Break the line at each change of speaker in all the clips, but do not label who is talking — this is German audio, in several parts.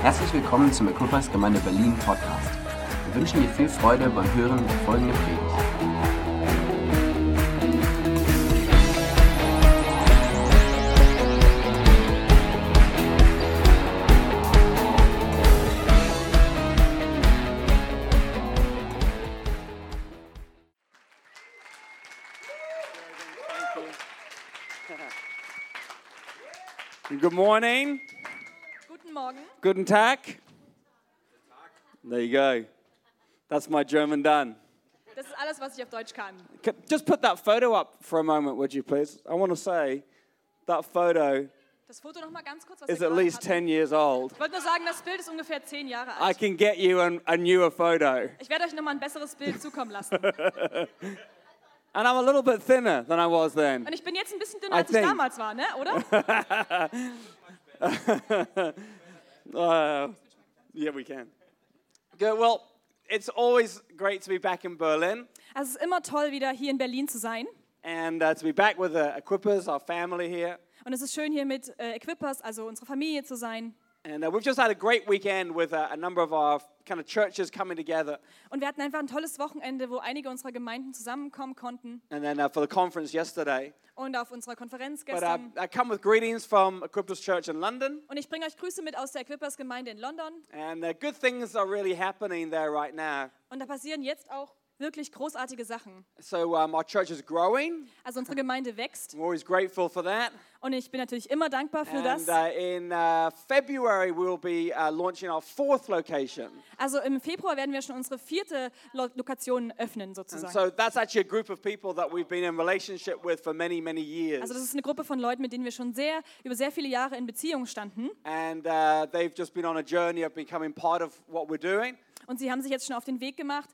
Herzlich willkommen zum Equippers Gemeinde Berlin Podcast. Wir wünschen dir viel Freude beim Hören der folgenden Predigt.
Good morning.
Guten Morgen.
Guten Tag. There you go. That's my German done.
Das ist alles, was ich auf Deutsch kann.
C- Just put that photo up for a moment, would you please? I want to say that photo
Das Foto noch mal ganz kurz. Was
is
wir
at
gerade
least
hatten.
10 years old.
Ich wollte nur sagen, das Bild ist ungefähr zehn Jahre
I
alt.
can get you an, a newer photo.
Ich werde euch noch mal ein besseres Bild zukommen lassen.
And I'm a little bit thinner than I was then.
Und ich bin jetzt ein
I
bisschen dünner, als ich
think.
damals war, ne? oder?
Uh, yeah, we can. Good. Well, it's always great to be back in Berlin
Also es ist immer toll, wieder hier in Berlin zu sein.
and uh, to be back with the Equippers, our family here.
Und es ist schön, hier mit äh, Equippers, also unserer Familie zu sein.
And uh, we've just had a great weekend with uh, a number of our kind of churches coming together.
Und wir hatten einfach ein tolles Wochenende, wo einige unserer Gemeinden zusammenkommen konnten
And then uh, for the conference yesterday.
und auf unserer Konferenz
But uh,
gestern.
I come with greetings from Equippers Church in London.
Und ich bringe euch Grüße mit aus der Equippers-Gemeinde in London.
And uh, good things are really happening there right now.
Und da passieren jetzt auch wirklich großartige Sachen.
So um, our church is growing.
Also unsere Gemeinde wächst.
I'm always grateful for that.
Und ich bin natürlich immer dankbar für das.
And uh, in uh, February, we'll be uh, launching our fourth location.
Also im Februar werden wir schon unsere vierte Lo Lokation öffnen,
And
sozusagen.
so that's actually a group of people that we've been in relationship with for many, many years.
Also das ist eine Gruppe von Leuten, mit denen wir schon sehr, über sehr viele Jahre in Beziehung standen.
And uh, they've just been on a journey of becoming part of what we're doing.
Und sie haben sich jetzt schon auf den Weg gemacht,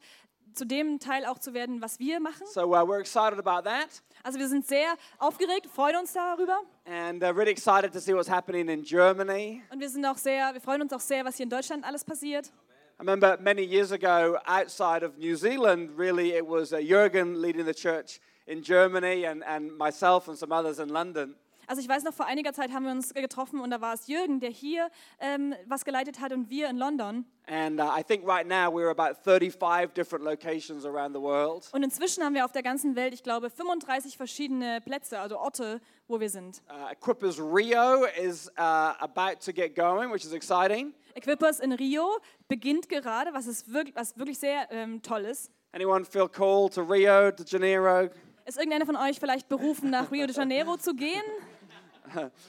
zu dem Teil auch zu werden, was wir machen.
So uh, we're excited about that
Also wir sind sehr aufgeregt, freuen uns darüber.
and uh, really excited to see what's happening in Germany.
Und wir sind auch sehr, wir freuen uns auch sehr, was hier in Deutschland alles passiert.
I remember many years ago outside of New Zealand, really, it was uh, Jürgen leading the church in Germany and, and myself and some others in London.
Also ich weiß noch, vor einiger Zeit haben wir uns getroffen und da war es Jürgen, der hier ähm, was geleitet hat und wir in London.
And uh, I think right now we're about 35 different locations around the world.
Und inzwischen haben wir auf der ganzen Welt, ich glaube, 35 verschiedene Plätze, also Orte, wo wir sind.
Uh, Equippers Rio is uh, about to get going, which is exciting.
Equippers in Rio beginnt gerade, was, ist wirklich, was wirklich sehr ähm, toll ist.
Anyone feel called to Rio de Janeiro?
Ist irgendeiner von euch vielleicht berufen, nach Rio de Janeiro zu gehen?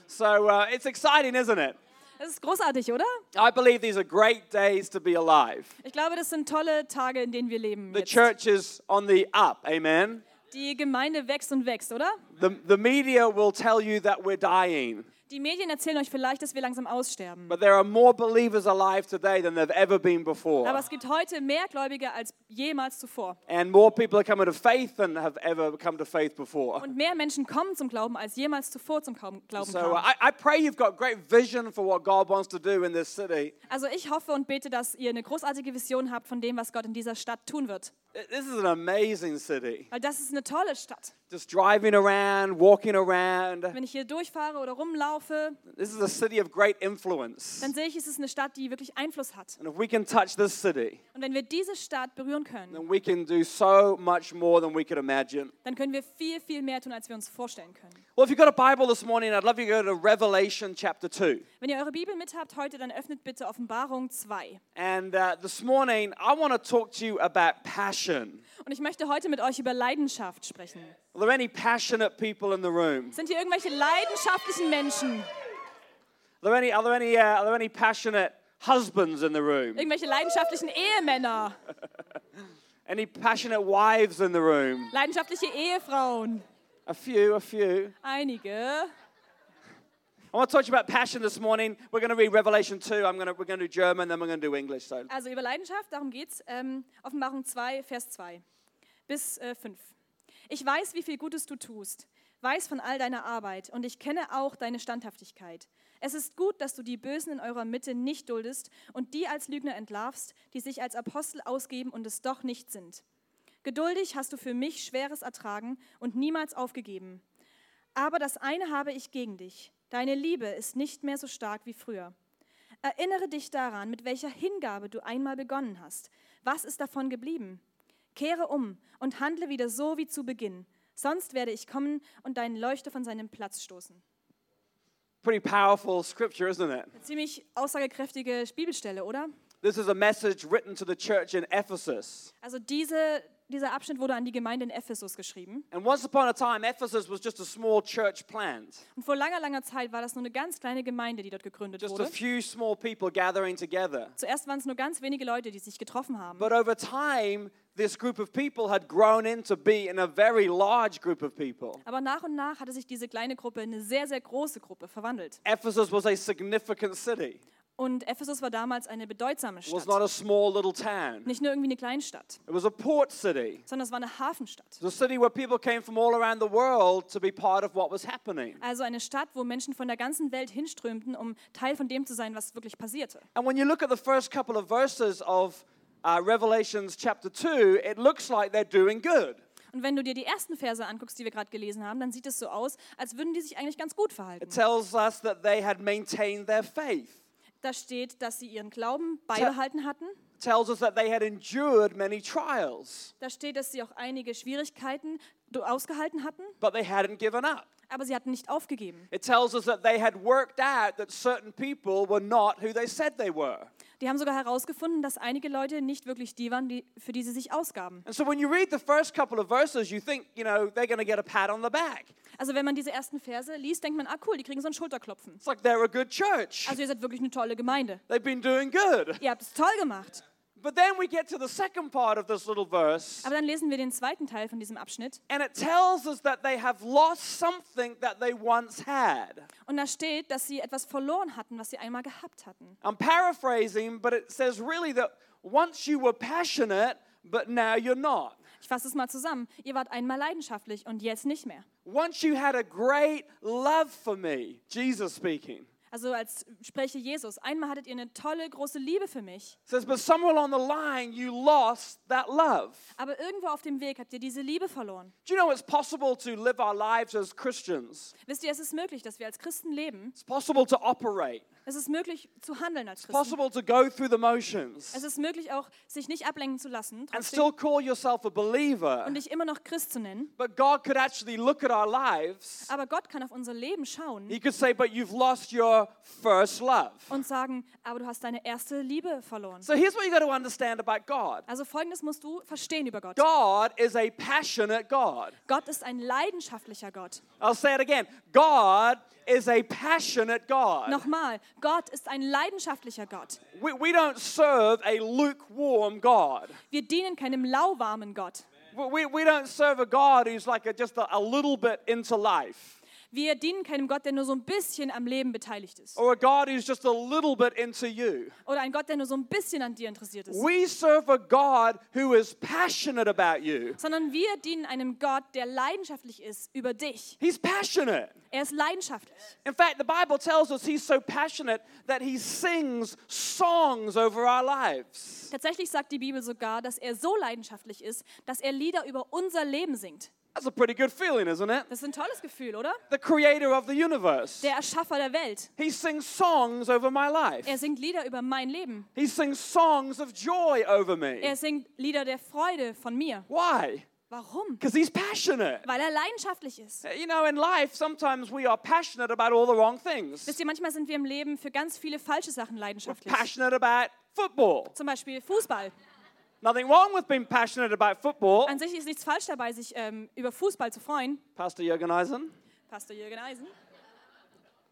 So uh, it's exciting, isn't it?
Das ist großartig, oder?
I believe these are great days to be alive.
Ich glaube, das sind tolle Tage, in denen wir leben.
The
Jetzt.
church is on the up, amen.
Die Gemeinde wächst und wächst, oder?
The, the media will tell you that we're dying,
Die Medien erzählen euch vielleicht, dass wir langsam aussterben.
but there are more believers alive today than there've ever been
Aber
before.
es gibt heute mehr Gläubige als jemals zuvor.
And more people are coming to faith than have ever come to faith before.
Und mehr Menschen kommen zum Glauben, als jemals zuvor zum Glauben kamen.
So I, I pray you've got great vision for what God wants to do in this city.
Also ich hoffe und bete, dass ihr eine großartige Vision habt von dem, was Gott in dieser Stadt tun wird.
This is an amazing city.
Weil das ist eine tolle Stadt.
Just driving around, walking around.
Wenn ich hier durchfahre oder rumlaufe,
This is a city of great influence.
dann sehe ich, es ist eine Stadt, die wirklich Einfluss hat.
And if we can touch this city,
Und wenn wir diese Stadt berühren können,
then we can do so much more than we could imagine.
dann können wir viel, viel mehr tun, als wir uns vorstellen können.
Well, if you've got a Bible this morning, I'd love you to go to Revelation chapter 2.
Wenn ihr eure Bibel mit habt heute, dann öffnet bitte Offenbarung 2.
And uh, this morning, I want to talk to you about passion.
Und ich möchte heute mit euch über Leidenschaft sprechen.
Are there any passionate people in the room?
Sind hier irgendwelche leidenschaftlichen Menschen?
Are there any, are there any, uh, are there any passionate husbands in the room?
Irgendwelche leidenschaftlichen Ehemänner?
Any passionate wives in the room?
Leidenschaftliche Ehefrauen?
A few, a few.
Einige.
I want to talk to you about passion this morning. We're going to read Revelation 2. I'm going to, we're going to do German, then we're going to do English. So
Also über Leidenschaft, darum geht's. Ähm, Offenbarung 2, Vers 2 bis äh, 5. Ich weiß, wie viel Gutes du tust, weiß von all deiner Arbeit und ich kenne auch deine Standhaftigkeit. Es ist gut, dass du die Bösen in eurer Mitte nicht duldest und die als Lügner entlarvst, die sich als Apostel ausgeben und es doch nicht sind. Geduldig hast du für mich Schweres ertragen und niemals aufgegeben. Aber das eine habe ich gegen dich. Deine Liebe ist nicht mehr so stark wie früher. Erinnere dich daran, mit welcher Hingabe du einmal begonnen hast. Was ist davon geblieben? Kehre um und handle wieder so wie zu Beginn. Sonst werde ich kommen und deinen Leuchter von seinem Platz stoßen.
Pretty powerful scripture, isn't it?
Eine ziemlich aussagekräftige Bibelstelle, oder?
This is a message written to the church in Ephesus.
Also diese, dieser Abschnitt wurde an die Gemeinde in Ephesus geschrieben.
And once upon a time, Ephesus was just a small church plant,
Und vor langer, langer Zeit war das nur eine ganz kleine Gemeinde, die dort gegründet
just a
wurde.
few small people gathering together.
Zuerst waren es nur ganz wenige Leute, die sich getroffen haben.
But over time, this group of people had grown into being a very large group of people.
Aber nach und nach hatte sich diese kleine Gruppe in eine sehr, sehr große Gruppe verwandelt.
Ephesus was a significant city.
Und Ephesus war damals eine bedeutsame
It was not
Stadt.
a small little town.
Nicht nur irgendwie eine Kleinstadt,
It was a port city.
sondern es war eine Hafenstadt.
It was a city where people came from all around the world to be part of what was happening.
Also eine Stadt, wo Menschen von der ganzen Welt hinströmten, um Teil von dem zu sein, was wirklich passierte.
And when you look at the first couple of verses of uh, Revelations chapter 2, it looks like they're doing good.
Und wenn du dir die ersten Verse anguckst, die wir gerade gelesen haben, dann sieht es so aus, als würden die sich eigentlich ganz gut verhalten.
It tells us that they had maintained their faith.
Da steht, dass sie ihren Glauben beibehalten hatten.
It tells us that they had endured many trials,
Da steht, dass sie auch einige Schwierigkeiten du- ausgehalten hatten,
but they hadn't given up.
aber sie hatten nicht aufgegeben.
It tells us that they had worked out that certain people were not who they said they were.
Die haben sogar herausgefunden, dass einige Leute nicht wirklich die waren, die, für die sie sich ausgaben.
And so when you read the first couple of verses, you think, you know, they're going to get a pat on the back.
Also wenn man diese ersten Verse liest, denkt man, ah cool, die kriegen so ein Schulterklopfen.
It's like they're a good church.
Also ihr seid wirklich eine tolle Gemeinde.
They've been doing good.
Ihr habt es toll gemacht.
But then we get to the second part of this little verse,
Aber dann lesen wir den zweiten Teil von diesem Abschnitt.
and it tells us that they have lost something that they once had.
Und da steht, dass sie etwas verloren hatten, was sie einmal gehabt hatten.
I'm paraphrasing, but it says really that once you were passionate, but now you're not.
Ich fasse es mal zusammen. Ihr wart einmal leidenschaftlich und jetzt nicht mehr.
Once you had a great love for me, Jesus speaking.
Also als spreche Jesus. Einmal hattet ihr eine tolle, große Liebe für mich.
says, but somewhere along the line, you lost that love.
Aber irgendwo auf dem Weg habt ihr diese Liebe verloren.
Do you know it's possible to live our lives as Christians?
Wisst ihr, es ist möglich, dass wir als Christen leben.
It's possible to operate.
Es ist möglich, zu handeln als
It's
Christen.
possible to go through the motions
Es ist möglich, auch sich nicht ablenken zu lassen
and
trotzdem,
still call yourself a believer.
und dich immer noch Christ zu nennen.
But God could actually look at our lives.
Aber Gott kann auf unser Leben schauen
He could say, but you've lost your first love.
und sagen, aber du hast deine erste Liebe verloren.
So here's what you got to understand about God
Also folgendes musst du verstehen über Gott.
God is a passionate God.
Gott ist ein leidenschaftlicher Gott.
I'll say it again God is a passionate God.
Nochmal, Gott ist ein leidenschaftlicher Gott.
We, we don't serve a lukewarm God.
Wir dienen keinem lauwarmen Gott.
We- We, we don't serve a God who's like a, just a, a little bit into life,
Wir dienen keinem Gott, der nur so ein bisschen am Leben beteiligt ist.
or a God who's just a little bit into you.
Oder ein Gott, der nur so ein bisschen an dir interessiert ist.
We serve a God who is passionate about you.
Sondern wir dienen einem Gott, der leidenschaftlich ist über dich.
He's passionate.
Er ist leidenschaftlich.
In fact, the Bible tells us he's so passionate that he sings songs over our lives.
Tatsächlich sagt die Bibel sogar, dass er so leidenschaftlich ist, dass er Lieder über unser Leben singt.
That's a pretty good feeling, isn't it?
Das ist ein tolles Gefühl, oder?
The creator of the universe.
Der Erschaffer der Welt.
He sings songs over my life.
Er singt Lieder über mein Leben.
He sings songs of joy over me.
Er singt Lieder der Freude von mir.
Why?
Warum?
Because he's passionate.
Weil er leidenschaftlich ist.
You know, in life, sometimes we are passionate about all the wrong things.
Wisst ihr, manchmal sind wir im Leben für ganz viele falsche Sachen
We're
leidenschaftlich.
passionate about football.
Zum Beispiel Fußball.
Nothing wrong with being passionate about football,
An sich ist nichts falsch dabei, sich ähm, über Fußball zu freuen.
Pastor Jürgen Eisen.
Pastor Jürgen Eisen.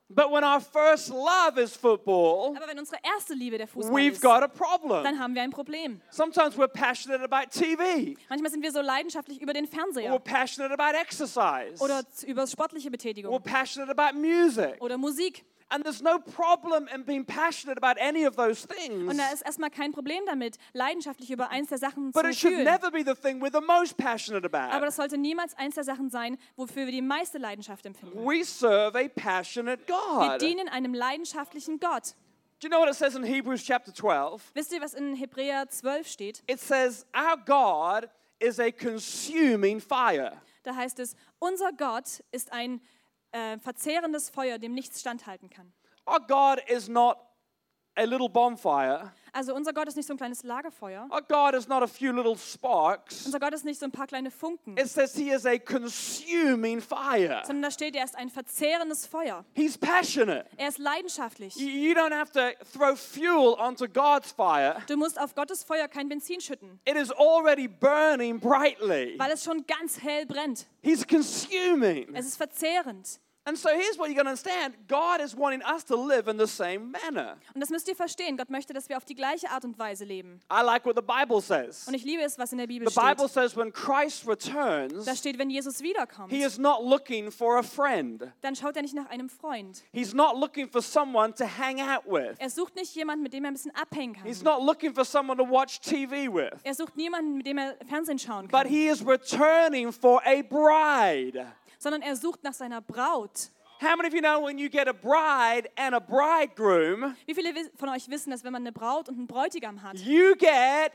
But when our first love is football,
Aber wenn unsere erste Liebe der Fußball
we've
ist,
got a problem.
dann haben wir ein Problem.
Sometimes we're passionate about TV,
Manchmal sind wir so leidenschaftlich über den
or we're
Fernseher
passionate about exercise, or
oder zu- über sportliche Betätigung
we're passionate about music.
oder Musik.
And there's no problem in being passionate about any of those things.
Und da ist erstmal kein Problem damit, leidenschaftlich über eins der Sachen
But
zu
it should
fühlen.
never be the thing we're the most passionate
Aber
about.
das sollte niemals eins der Sachen sein, wofür wir die meiste Leidenschaft empfinden.
We serve a passionate
Wir
God.
dienen einem leidenschaftlichen Gott.
Do you know what it says in Hebrews chapter 12?
Wisst ihr, was in Hebräer 12 steht?
It says, Our God is a consuming fire.
Da heißt es, unser Gott ist ein äh, verzehrendes Feuer, dem nichts standhalten kann.
Our God is not a little bonfire.
Also unser Gott ist nicht so ein kleines Lagerfeuer.
Our God is not a few little sparks.
Unser Gott ist nicht so ein paar kleine Funken,
It says He is a consuming fire.
sondern da steht, er ist ein verzehrendes Feuer.
He's passionate.
Er ist leidenschaftlich.
You- You don't have to throw fuel onto God's fire.
Du musst auf Gottes Feuer kein Benzin schütten,
It is already burning brightly.
weil es schon ganz hell brennt.
He's consuming.
Es ist verzehrend.
And so here's what you got to understand God is wanting us to live in the same manner.
Und das müsst ihr verstehen. Gott möchte, dass wir auf die gleiche Art und Weise leben.
I like what the Bible says.
Und ich liebe es, was in der Bibel
The Bible
steht.
says when Christ returns,
Da steht, wenn Jesus wiederkommt,
he is not looking for a friend.
dann schaut er nicht nach einem Freund.
He's not looking for someone to hang out with.
Er sucht nicht jemanden, mit dem er ein bisschen abhängen
He's
kann.
not looking for someone to watch TV with.
Er sucht niemanden, mit dem er Fernsehen schauen
But
kann,
he is returning for a bride.
sondern er sucht nach seiner Braut.
How many of you know when you get a bride and a bridegroom,
Wie viele wis- von euch wissen, dass wenn man eine Braut und einen Bräutigam hat,
you get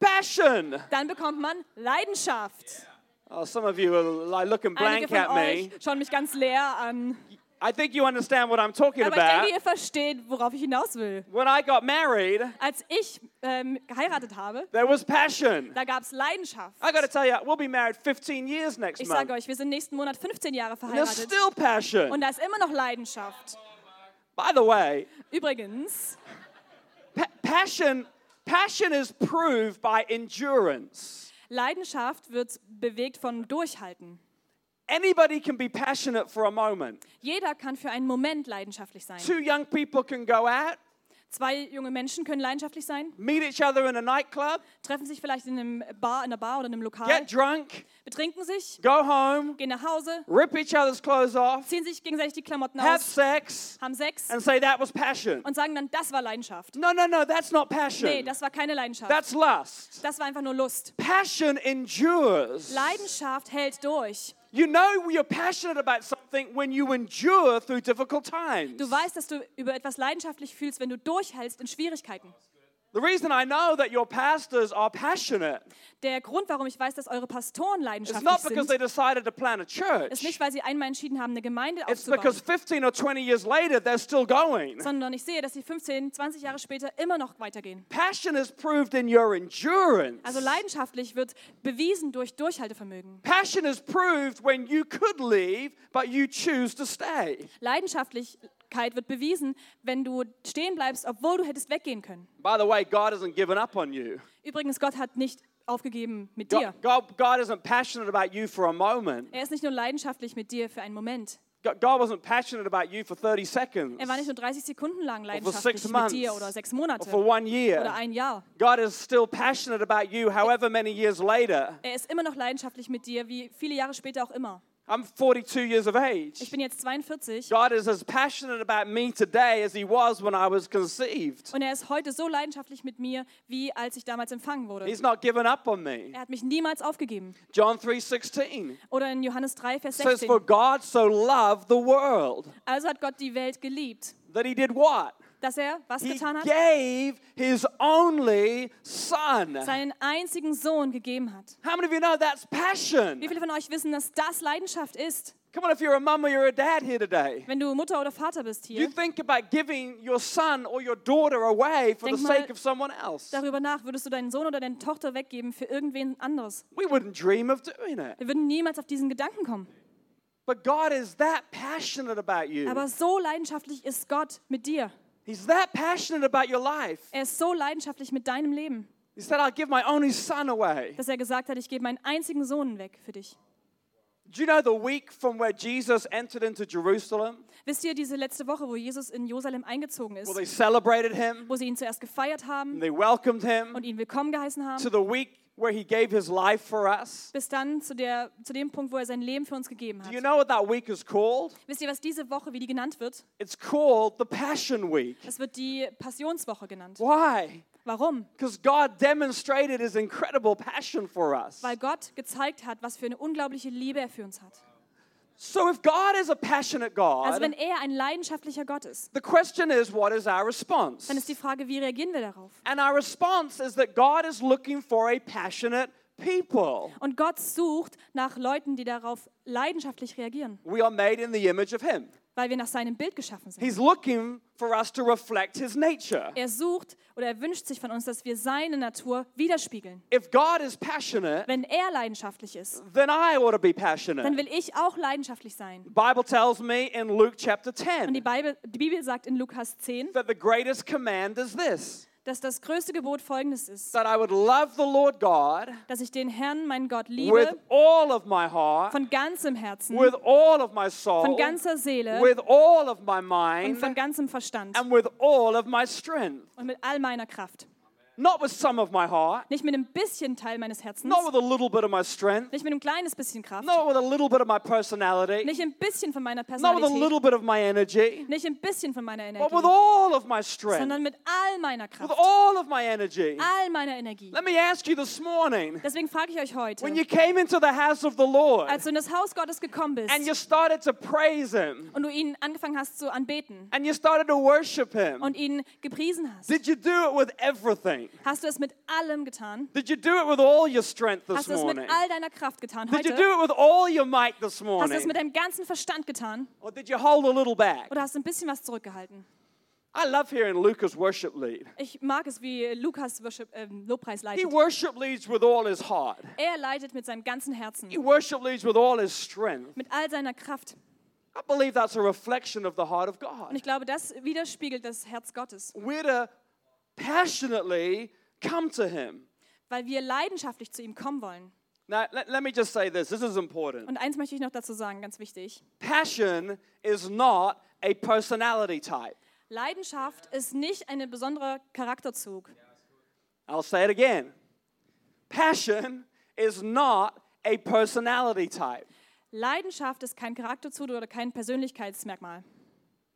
passion?
dann bekommt man Leidenschaft.
Oh, some of you are like looking blank
Einige von
at me.
euch schauen mich ganz leer an.
I think you understand what I'm talking
Aber ich
about.
denke, ihr versteht, worauf ich hinaus will.
When I got married,
Als ich ähm, geheiratet habe,
there was passion.
da gab es Leidenschaft.
I got to tell you, we'll be married 15 years next
Ich
month.
sage euch, wir sind nächsten Monat 15 Jahre
and there's
verheiratet.
still passion.
Und da ist immer noch Leidenschaft.
By the way,
Übrigens,
pa- passion passion is proved by endurance.
Leidenschaft wird bewegt von Durchhalten.
Anybody can be passionate for a moment.
Jeder kann für einen Moment leidenschaftlich sein.
Two young people can go out,
Zwei junge Menschen können leidenschaftlich sein,
meet each other in a nightclub,
treffen sich vielleicht in, einem Bar, in einer Bar oder in einem Lokal,
get drunk,
betrinken sich,
go home,
gehen nach Hause,
rip each other's clothes off,
ziehen sich gegenseitig die Klamotten
have
aus,
sex,
haben Sex
and say that was passion.
und sagen dann, das war Leidenschaft.
No, no, no, that's not
Nee,
passion.
das war keine Leidenschaft.
That's lust.
Das war einfach nur Lust.
Passion endures.
Leidenschaft hält durch.
You know you're passionate about something when you endure through difficult times.
Du weißt, dass du über etwas leidenschaftlich fühlst, wenn du durchhältst in Schwierigkeiten.
The reason I know that your pastors are passionate
Der Grund, warum ich weiß, dass eure Pastoren
is not
leidenschaftlich
because they
sind,
decided to plant a
ist
church.
nicht, weil sie einmal entschieden haben, eine Gemeinde
It's because
aufzubauen,
15 or 20 years later, they're still going.
sondern ich sehe, dass sie 15, 20 Jahre später immer noch weitergehen.
Passion is proved in your endurance.
Also leidenschaftlich wird bewiesen durch Durchhaltevermögen.
Passion is proved when you could leave, but you choose to stay.
Leidenschaftlichkeit wird bewiesen, wenn du stehen bleibst, obwohl du hättest weggehen können.
By the way, God hasn't given up on you.
Übrigens, Gott hat nicht aufgegeben mit dir.
God, God, God isn't passionate about you for a moment.
Er ist nicht nur leidenschaftlich mit dir für einen Moment.
God, God wasn't passionate about you for 30 seconds
Er war nicht nur 30 Sekunden lang
six
leidenschaftlich mit
months.
dir oder sechs
or
Monate
for one
oder
year.
ein Jahr.
God is still passionate about you however many years later.
Er ist immer noch leidenschaftlich mit dir, wie viele Jahre später auch immer.
I'm 42 years of
Ich
age.
bin jetzt 42
God is as passionate about me today as he was when I was conceived.
und er ist heute so leidenschaftlich mit mir, wie als ich damals empfangen wurde.
He's not given up on me.
Er hat mich niemals aufgegeben.
John 3:16
Oder in Johannes 3, Vers
says for
16.
God so loved the world
Also hat Gott die Welt geliebt,
that he did what?
dass er was
He
getan hat?
gave his only son.
Seinen einzigen Sohn gegeben hat.
How many of you know that's passion?
Wie viele von euch wissen, dass das Leidenschaft ist?
Come on, if you're a mum or you're a dad here today,
Wenn du Mutter oder Vater bist
you
hier,
think about giving your son or your daughter away for the
Denk mal-
sake of someone else.
darüber nach, würdest du deinen Sohn oder deine Tochter weggeben für irgendwen anderes?
We wouldn't dream of doing it.
Wir würden niemals auf diesen Gedanken kommen.
But God is that passionate about you.
Aber so leidenschaftlich ist Gott mit dir.
He's that passionate about your life.
Er ist so leidenschaftlich mit deinem Leben,
He said, I'll give my only son away.
dass er gesagt hat, ich gebe meinen einzigen Sohn weg für dich.
Do you know the week from where Jesus entered into Jerusalem?
Wisst ihr, diese letzte Woche, wo Jesus in Jerusalem eingezogen
Well,
ist,
they celebrated him,
wo sie ihn zuerst gefeiert haben
and they welcomed him,
und ihn willkommen geheißen
to
haben,
the week where he gave his life for us.
bis dann zu, der, zu dem Punkt, wo er sein Leben für uns gegeben
Do you
hat.
know what that week is called?
Wisst ihr, was diese Woche, wie die genannt wird?
It's called the Passion Week.
Es wird die Passionswoche genannt.
Why?
Warum?
Because God demonstrated his incredible passion for us.
Weil Gott gezeigt hat, was für eine unglaubliche Liebe er für uns hat.
So if God is a passionate
Also wenn
God,
er ein leidenschaftlicher Gott ist,
the question is, what is our response?
dann ist die Frage, wie reagieren wir darauf?
And our response is that God is looking for a passionate people.
Und Gott sucht nach Leuten, die darauf leidenschaftlich reagieren.
We are made in the image of Him.
weil wir nach seinem Bild geschaffen sind.
He's looking for us to reflect his nature.
Er sucht oder er wünscht sich von uns, dass wir seine Natur widerspiegeln.
If God is passionate,
Wenn er leidenschaftlich ist,
then I ought to be
dann
passionate.
will ich auch leidenschaftlich sein.
Bible tells me in Luke chapter
Und
10
die Bibel, die Bibel sagt in Lukas 10,
that the greatest command is this
dass das größte Gebot folgendes ist,
that I would love the Lord God
dass ich den Herrn, meinen Gott,
with
liebe
all of my heart,
von ganzem Herzen,
with all of my
von
soul,
ganzer Seele
with all of my
und von
mind,
ganzem Verstand
and with all of my strength.
und mit all meiner Kraft.
Not with some of my heart,
Nicht mit einem bisschen Teil meines Herzens,
not with a little bit of my strength,
nicht mit einem kleines bisschen Kraft,
not with a little bit of my personality,
nicht ein bisschen von meiner
not with a
Personalität,
little bit of my energy,
nicht ein bisschen von meiner
but with
Energie,
all of my strength,
sondern mit all meiner
with
Kraft,
all of my energy.
all meiner Energie.
Let me ask you this morning
Deswegen frage ich euch heute,
when you came into the house of the Lord
als du in das Haus Gottes gekommen
and you
bist
started to praise Him
und du ihn angefangen hast zu anbeten
and you started to worship Him,
und ihn gepriesen hast,
did you do it with everything?
hast du es mit allem getan?
Did you do it with all your strength this
Hast du es mit
morning?
all deiner Kraft getan
Did you
heute?
do it with all your might this
Hast du es
morning?
mit deinem ganzen Verstand getan?
Or did you hold a little back?
Oder hast du ein bisschen was zurückgehalten?
I love hearing Lucas worship lead.
Ich mag es, wie Lukas Worship, ähm, Lobpreis
He
leitet.
worship leads with all his heart.
Er leitet mit seinem ganzen Herzen,
He worship leads with all his strength.
mit all seiner Kraft.
I believe that's a reflection of the heart of
Und
God.
ich glaube, das widerspiegelt das Herz Gottes,
We're to passionately come to him.
weil wir leidenschaftlich zu ihm kommen wollen.
Now, let, let me just say this. This is important.
Und eins möchte ich noch dazu sagen, ganz wichtig.
Passion is not a personality type.
Leidenschaft ist nicht ein besonderer Charakterzug.
I'll say it again. Passion is not a personality type.
Leidenschaft ist kein Charakterzug oder kein Persönlichkeitsmerkmal.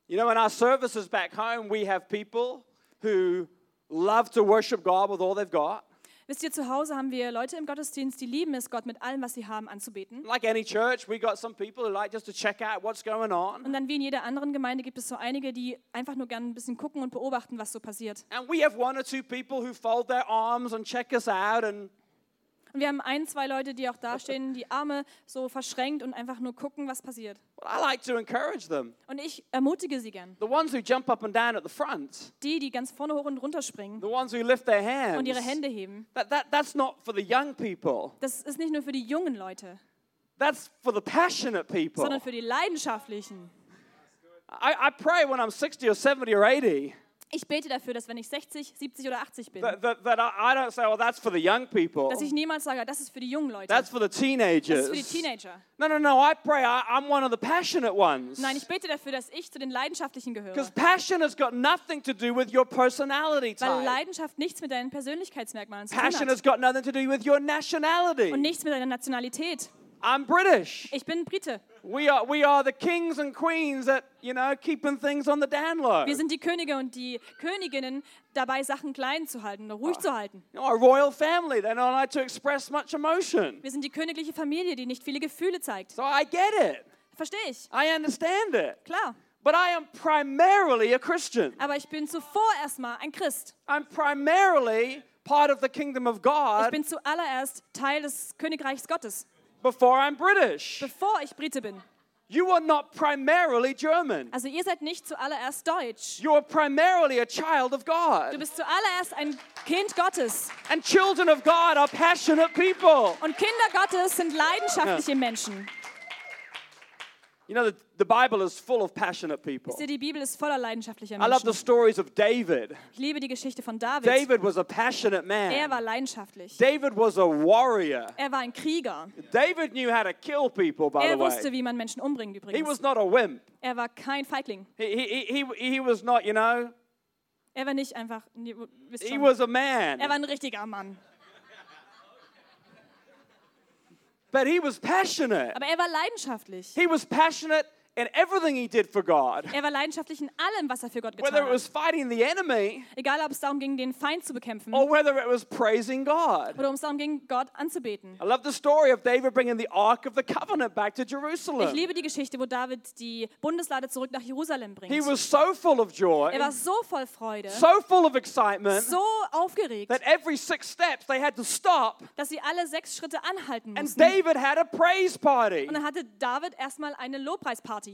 You know, in our services back home, we have people who love to worship God with all they've got.
Wisst ihr, zu Hause haben wir Leute im Gottesdienst, die lieben es, Gott mit allem, was sie haben, anzubeten.
Like any church, we got some people who like just to check out what's going on.
Und dann wie in jeder anderen Gemeinde gibt es so einige, die einfach nur gerne ein bisschen gucken und beobachten, was so passiert.
And we have one or two people who fold their arms and check us out. And
Und wir haben ein, zwei Leute, die auch dastehen, die Arme so verschränkt und einfach nur gucken, was passiert.
well, I like to encourage them.
Und ich ermutige sie gern.
The ones who jump up and down at the front,
Die, die ganz vorne hoch und runter springen
the ones who lift their hands.
und ihre Hände heben.
That, that, that's not for the young people,
Das ist nicht nur für die jungen Leute,
that's for the passionate people.
sondern für die leidenschaftlichen.
I, I pray when I'm 60 or 70 or 80
Ich bete dafür, dass wenn ich 60, 70 oder 80 bin,
that, that, that I, I don't say, well, that's for the young people.
dass ich niemals sage, das ist für die jungen Leute,
That's
das
for the
ist für die
teenagers.
Teenager.
No, no, no. I pray I, I'm one of the passionate ones.
Nein, ich bete dafür, dass ich zu den Leidenschaftlichen
Because
gehöre.
passion has got nothing to do with your personality
Weil
type.
Leidenschaft nichts mit deinen Persönlichkeitsmerkmalen zu tun
Passion has
hat.
got nothing to do with your
Und
nationality.
nichts mit deiner Nationalität.
I'm British.
Ich bin Brite.
We are, we are the kings and queens that, you know, keeping things on the down low.
Wir
You
sind die Könige und die Königinnen dabei, Sachen klein zu halten, oder ruhig zu halten.
know, our royal family, they don't like to express much emotion.
Wir sind die königliche Familie, die nicht viele Gefühle zeigt.
So I get it.
Verstehe ich,
I understand it.
klar.
But I am primarily a Christian.
Aber ich bin zuvor erstmal ein Christ.
I'm primarily part of the kingdom of
Ich
God
bin zuallererst Teil des Königreichs Gottes,
before I'm British.
bevor ich Brite bin.
You are not primarily German.
Also ihr seid nicht zuallererst Deutsch.
You are primarily a child of
Du
God.
bist zuallererst ein Kind Gottes.
And children of God are passionate people.
Und Kinder Gottes sind leidenschaftliche Menschen.
You know, the, the Bible is full of passionate
Wisst
people.
ihr, die Bibel ist voller leidenschaftlicher
I love the
Menschen.
stories of David.
Ich liebe die Geschichte von David.
David was a passionate
Er war
man.
leidenschaftlich.
David was a warrior.
Er war ein Krieger.
David knew how to kill people, by the
Er
way.
wusste, wie man Menschen umbringt
He
übrigens.
was not a wimp.
Er war kein Feigling.
He, he, he, he, he was not, you know,
Er war nicht einfach, nee, wo- wisst
he
schon.
was a man.
Er war ein richtiger Mann.
But he was passionate.
Aber er war leidenschaftlich.
He was passionate in everything he did for God.
Er war leidenschaftlich in allem, was er für Gott
Whether
getan
it was
hat.
fighting the enemy
Egal, ob es darum ging, den Feind zu bekämpfen
or whether it was praising God.
oder ob es darum ging, Gott anzubeten.
I love the story of David bringing the Ark of the Covenant back to
Ich
Jerusalem.
liebe die Geschichte, wo David die Bundeslade zurück nach Jerusalem
He
bringt.
was so full of
Er
joy,
war so voll Freude,
so full of excitement,
so aufgeregt,
that every six steps they had to stop,
dass sie alle sechs Schritte anhalten
and
mussten.
David had a praise party.
Und dann hatte David erstmal eine Lobpreisparty.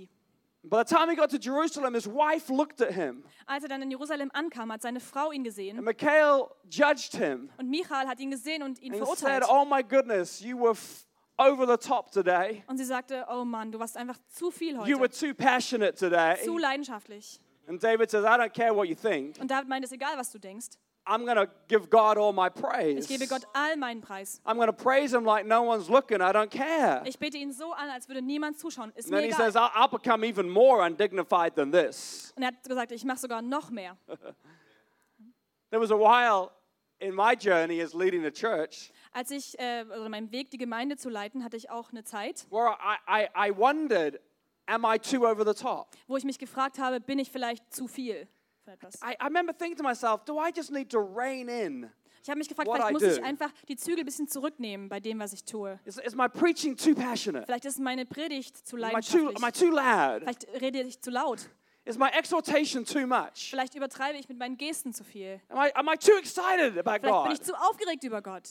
By the time he got to Jerusalem, his wife looked at him,
Als er dann in Jerusalem ankam, hat seine Frau ihn
and
gesehen
Michael judged him
und Michal hat ihn gesehen und ihn
and said,
verurteilt.
Oh my goodness, you were f- over the top today.
Und sie sagte, oh Mann, du warst einfach zu viel
You were
heute,
too passionate today.
zu leidenschaftlich.
And David says, I don't care what you think.
Und David meint, es ist egal, was du denkst.
I'm going to give God all my
Ich
praise.
gebe Gott all meinen Preis.
I'm going to praise him like no one's looking. I don't care.
Ich bete ihn so an, als würde niemand zuschauen. Ist
And then
mir
he says, "Oh."
egal.
I'll, I'll become even more undignified than this.
Und er hat gesagt, ich mache sogar noch mehr.
There was a while in my journey as leading a church
Als ich, äh, also meinem Weg, die Gemeinde zu leiten, hatte ich auch eine Zeit,
where I, I, I wondered, am I too over the top?
wo ich mich gefragt habe, bin ich vielleicht zu viel für etwas?
I, I remember thinking to myself, do I just need to rein in?
Ich habe mich gefragt,
What I
vielleicht muss
do.
ich einfach die Zügel ein bisschen zurücknehmen bei dem, was ich tue.
Is, is my preaching too passionate?
Vielleicht ist meine Predigt zu
Am I too,
leidenschaftlich.
am I too loud?
Vielleicht rede ich zu laut.
Is my exhortation too much?
Vielleicht übertreibe ich mit meinen Gesten zu viel.
Am I, am I too excited about
Vielleicht bin
God?
ich zu aufgeregt über Gott.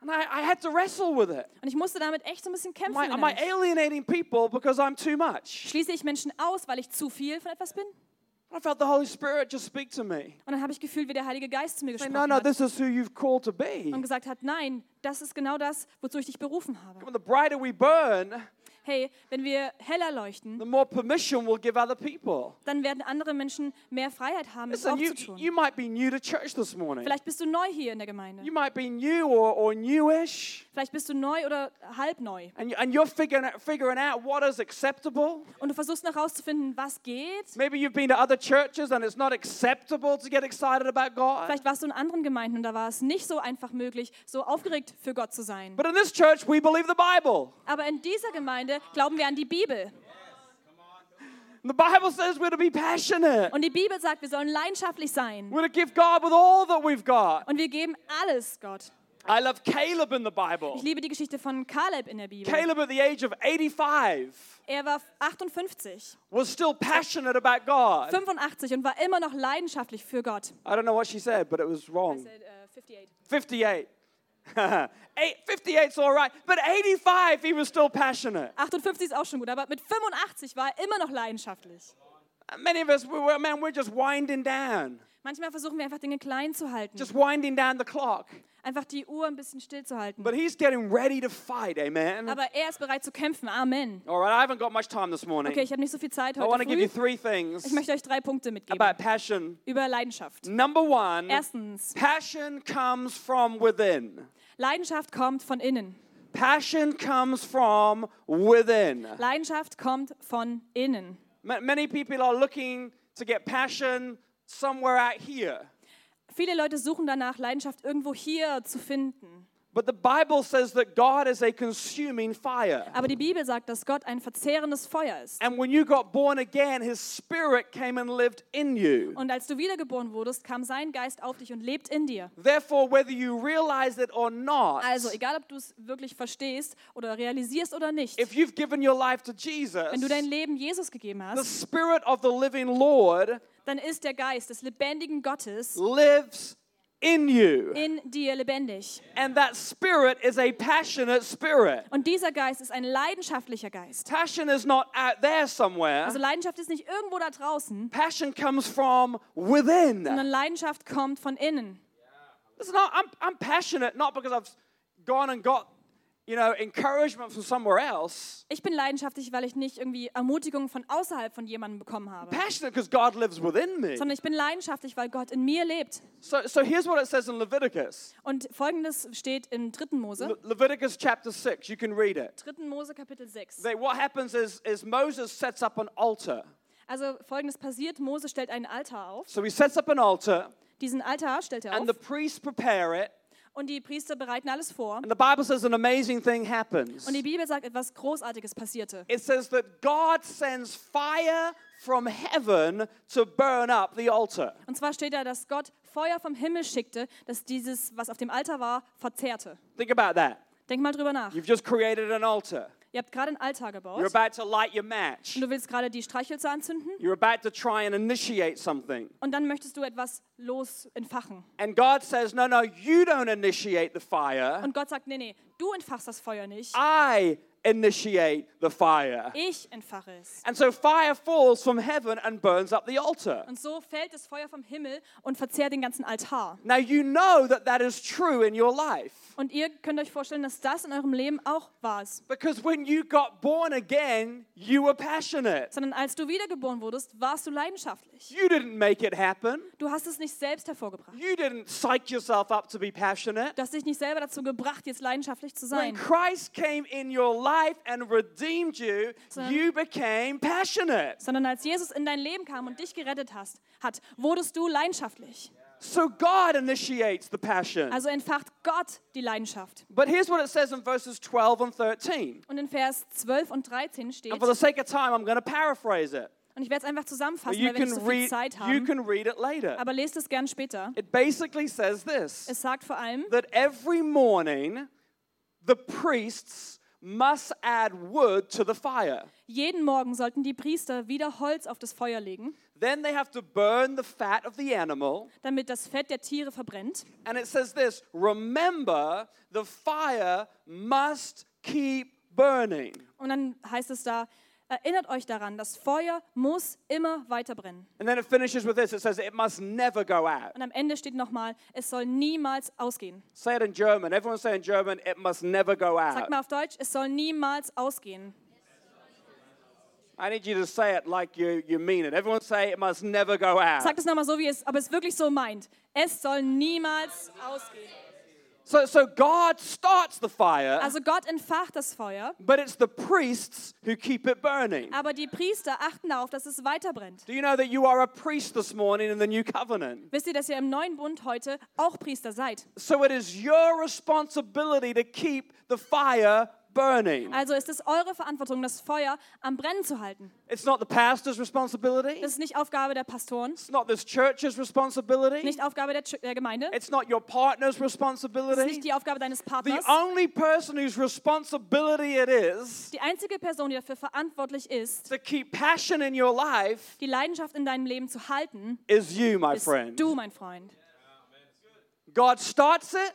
And I, I had to wrestle with it.
Und ich musste damit echt so ein bisschen
Am
kämpfen.
I, am I
innerlich.
alienating people because I'm too much?
Schließe ich Menschen aus, weil ich zu viel von etwas bin?
I felt the Holy Spirit just speak to me.
Und dann habe ich gefühlt, wie der Heilige Geist zu mir
Say, no,
gesprochen
no,
hat
this is who you've called to be.
und gesagt hat, nein, das ist genau das, wozu ich dich berufen habe.
When the brighter we burn,
Hey, wenn wir heller
the
leuchten,
more permission we'll give other people.
dann werden andere Menschen mehr Freiheit haben, es auch
Listen, you,
zu tun.
you might be new to church this morning.
Vielleicht bist du neu hier in der Gemeinde.
You might be new or, or newish,
Vielleicht bist du neu oder halb neu.
and, you, and you're figuring out, figuring out what is acceptable.
Und du versuchst noch herauszufinden, was geht.
Maybe you've been to other churches and it's not acceptable to get excited about God.
Vielleicht warst du in anderen Gemeinden und da war es nicht so einfach möglich, so aufgeregt für Gott zu sein.
But in this church, we believe the Bible.
Aber in dieser Gemeinde glauben wir an die Bibel.
The Bible says we're to be passionate.
Und die Bibel sagt, wir sollen leidenschaftlich sein.
We're to give God with all that we've got.
Und wir geben alles Gott.
I love Caleb in the
Ich
Bible.
liebe die Geschichte von Kaleb in der Bibel.
Caleb at the age of 85
Er war 58,
was still passionate about God.
85 und war immer noch leidenschaftlich für Gott.
I don't know what she said, but it was wrong. 58. Eight, 58's all right, but 85, he was still passionate.
58 ist auch schon gut, aber mit 85 war er immer noch leidenschaftlich.
Many of us, we we're, man, we're just winding down,
Manchmal versuchen wir einfach Dinge klein zu halten,
just winding down the clock.
einfach die Uhr ein bisschen still zu halten.
But he's getting ready to fight, amen.
Aber er ist bereit zu kämpfen. Amen.
All right, I haven't got much time this morning.
Okay, ich habe nicht so viel Zeit
I want to
heute.
give you three
Früh.
things
Ich möchte euch drei Punkte mitgeben
about passion.
über Leidenschaft.
Number one,
Erstens,
passion comes from within.
Leidenschaft kommt von innen.
Passion comes from within.
Leidenschaft kommt von innen.
Ma- Many people are looking to get passion somewhere out here.
Viele Leute suchen danach, Leidenschaft irgendwo hier zu finden.
But the Bible says that God is a consuming fire.
Aber die Bibel sagt, dass Gott ein verzehrendes Feuer ist.
And when you got born again, his spirit came and lived in you.
Und als du wiedergeboren wurdest, kam sein Geist auf dich und lebt in dir.
Therefore, whether you realize it or not,
Also, egal ob du es wirklich verstehst oder realisierst oder nicht,
if you've given your life to
wenn du dein
Jesus,
Leben Jesus gegeben
the
hast,
spirit of the living Lord
dann ist der Geist des lebendigen Gottes
lives in you.
in dir lebendig.
And that spirit is a passionate spirit.
Und dieser Geist ist ein leidenschaftlicher Geist.
Passion is not out there somewhere.
Also Leidenschaft ist nicht irgendwo da draußen,
Passion comes from within.
sondern Leidenschaft kommt von innen.
Listen, I- I'm, I'm passionate not because I've gone and got, you know, encouragement from somewhere else.
Ich bin leidenschaftlich, weil ich nicht irgendwie Ermutigung von außerhalb von jemandem bekommen habe,
Passionate because God lives within me.
sondern ich bin leidenschaftlich, weil Gott in mir lebt.
So, so here's what it says in Leviticus.
Und folgendes steht im 3.
Le-
Mose,
Leviticus chapter 6, you can read it.
3. Mose Kapitel 6.
They, what happens is, is Moses sets up an altar.
Also folgendes passiert, Mose stellt einen Altar auf.
So he sets up an altar,
Diesen Altar stellt er
and the
auf
priests prepare it.
und die Priester bereiten alles vor.
And the Bible says an amazing thing happens.
Und die Bibel sagt, etwas Großartiges passierte.
It says that God sends fire from heaven to burn up the altar.
Und zwar steht da, dass Gott Feuer vom Himmel schickte, das dieses, was auf dem Altar war, verzehrte.
Think about that.
Denk mal drüber nach.
You've just created an altar.
Ihr habt gerade einen Altar
You're
gebaut
about to light your match.
und du willst gerade die Streichhölzer anzünden
You're about to try and initiate something.
und dann möchtest du etwas los entfachen.
And God says, No, no, you don't initiate the fire.
Und Gott sagt, nee, nee, du entfachst das Feuer nicht.
I initiate the fire.
Ich entfache es.
And so fire falls from heaven and burns up the altar.
Und so fällt das Feuer vom Himmel und verzehrt den ganzen Altar.
Now you know that that is true in your life
Und ihr könnt euch vorstellen, dass das in eurem Leben auch war.
because when you got born again, you were passionate.
Sondern als du wiedergeboren wurdest, warst du leidenschaftlich.
You didn't make it happen.
Du hast es nicht selbst hervorgebracht.
You didn't psych yourself up to be passionate.
Du hast dich nicht selber dazu gebracht, jetzt leidenschaftlich zu
When
sein.
Christ came in your life and redeemed you,
So-
you became passionate.
Sondern als Jesus in dein Leben kam und dich gerettet hast, hat, wurdest du leidenschaftlich.
So God initiates the passion.
Also entfacht Gott die Leidenschaft.
But here's what it says in verses 12 and 13.
Und in Vers 12 und 13 steht,
And for the sake of time, I'm going to paraphrase it.
und ich werde es einfach zusammenfassen,
You
weil wir nicht
can,
so viel
read,
Zeit
you
haben,
can read it later.
aber lest es gern später.
It basically says this
Es sagt vor allem,
that every morning the priests must add wood to the fire.
jeden Morgen sollten die Priester wieder Holz auf das Feuer legen,
Then they have to burn the fat of the animal.
damit das Fett der Tiere verbrennt.
And it says this remember, the fire must keep burning.
Und dann heißt es da, erinnert euch daran, das Feuer muss immer weiter brennen.
And then it finishes with this it says it must never go out.
Und am Ende steht nochmal, es soll niemals ausgehen.
Say it in German. Everyone say in German, it must never go out.
Sag mal auf Deutsch, es soll niemals ausgehen.
I need you to say it like you, you mean it. Everyone say it must never go out.
Sag das nochmal so, wie es, aber es wirklich so meint. Es soll niemals ausgehen.
So, so God starts the fire.
Also Gott entfacht das Feuer,
But it's the priests who keep it burning.
aber die Priester achten darauf, dass es weiter brennt.
Do you know that you are a priest this morning in the new covenant?
Wisst ihr, dass ihr im neuen Bund heute auch Priester seid?
So it is your responsibility to keep the fire burning.
Also ist es eure Verantwortung, das Feuer am Brennen zu halten.
It's not the pastor's responsibility.
Das ist nicht Aufgabe der Pastoren,
It's not this church's responsibility.
nicht Aufgabe der, Ch- der Gemeinde,
It's not your partner's
das ist nicht
responsibility.
die Aufgabe deines
The
Partners.
only person whose responsibility it is
Die einzige Person, die dafür verantwortlich ist,
to keep passion in your life
die Leidenschaft in deinem Leben zu halten,
is you, my
bist
friend.
du, mein Freund.
God starts it,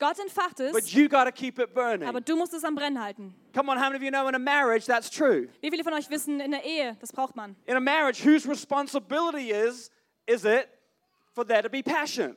Gott entfacht
but
es,
you got to keep it burning.
aber du musst es am Brennen halten.
Come on, how many of you know in a marriage that's true?
Wie viele von euch wissen, in der Ehe, das braucht man.
in a marriage whose responsibility is is it for there to be passion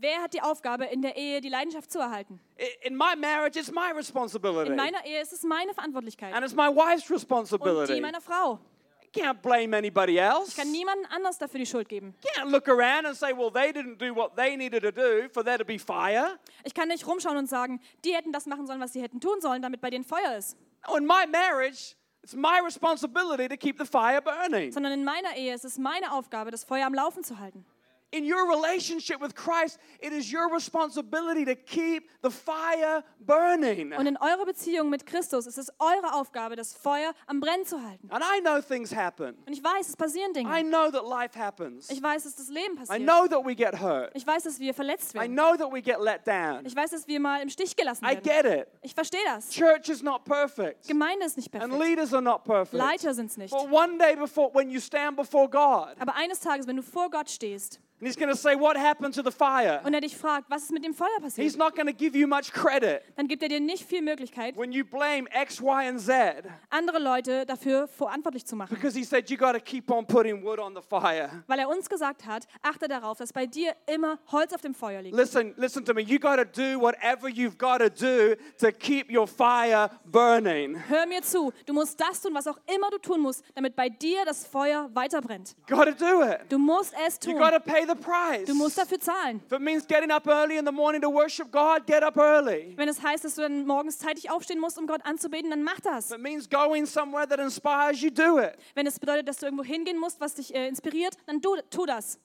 Wer hat die Aufgabe, in der Ehe die Leidenschaft zu erhalten?
I- in my marriage it's my responsibility
In meiner Ehe ist es meine Verantwortlichkeit
and it's my wife's
und
responsibility
die meiner Frau.
I can't blame anybody else
Kann niemanden anders dafür die Schuld geben.
can't look around and say well they didn't do what they needed to do for there to be fire
Ich kann nicht rumschauen und sagen, die hätten das machen sollen, was sie hätten tun sollen, damit bei denen Feuer ist.
no, in my marriage it's my responsibility to keep the fire burning
Sondern in meiner Ehe ist es meine Aufgabe, das Feuer am Laufen zu halten.
in your relationship with christ it is your responsibility to keep the fire burning
Und in eurer Beziehung mit Christus ist es eure Aufgabe, das Feuer am Brennen zu halten.
and i know things happen
Und ich weiß, es passieren
i
Dinge.
know that life happens
Ich weiß, dass das
I
Leben passiert.
know that we get hurt.
Ich weiß, dass wir verletzt
I
werden.
know that we get let down.
Ich weiß, dass wir mal im Stich gelassen
I
werden.
get it.
Ich verstehe das.
Church is not perfect,
Gemeinde ist nicht
and
perfekt.
leaders are not perfect.
Leiter sind es nicht.
But one day before, when you stand before God,
Aber eines Tages, wenn du vor Gott stehst
and He's going to say, "What happened to the fire?"
und er dich fragt, was ist mit dem Feuer
He's
passiert,
not going to give you much credit
dann gibt er dir nicht viel Möglichkeit,
when you blame X, Y, and Z
andere Leute dafür verantwortlich zu machen.
because He said you got to keep on putting wood on the fire.
Weil er uns gesagt hat, achte darauf, dass bei dir immer Holz auf dem Feuer liegt.
Listen, listen to me. You got to do whatever you've got to do to keep your fire burning.
Hör mir zu, du musst das tun, was auch immer du tun musst, damit bei dir das Feuer weiter brennt.
Got to do it.
Du musst es
You
tun.
got to pay the price.
Du musst dafür zahlen.
If it means getting up early in the morning to worship God, get up early.
Wenn es heißt, dass du dann morgens zeitig aufstehen musst, um Gott anzubeten, dann mach das.
If it means going somewhere that inspires you, do it.
Wenn es bedeutet, dass du irgendwo hingehen musst, was dich äh, inspiriert, dann du, tu das.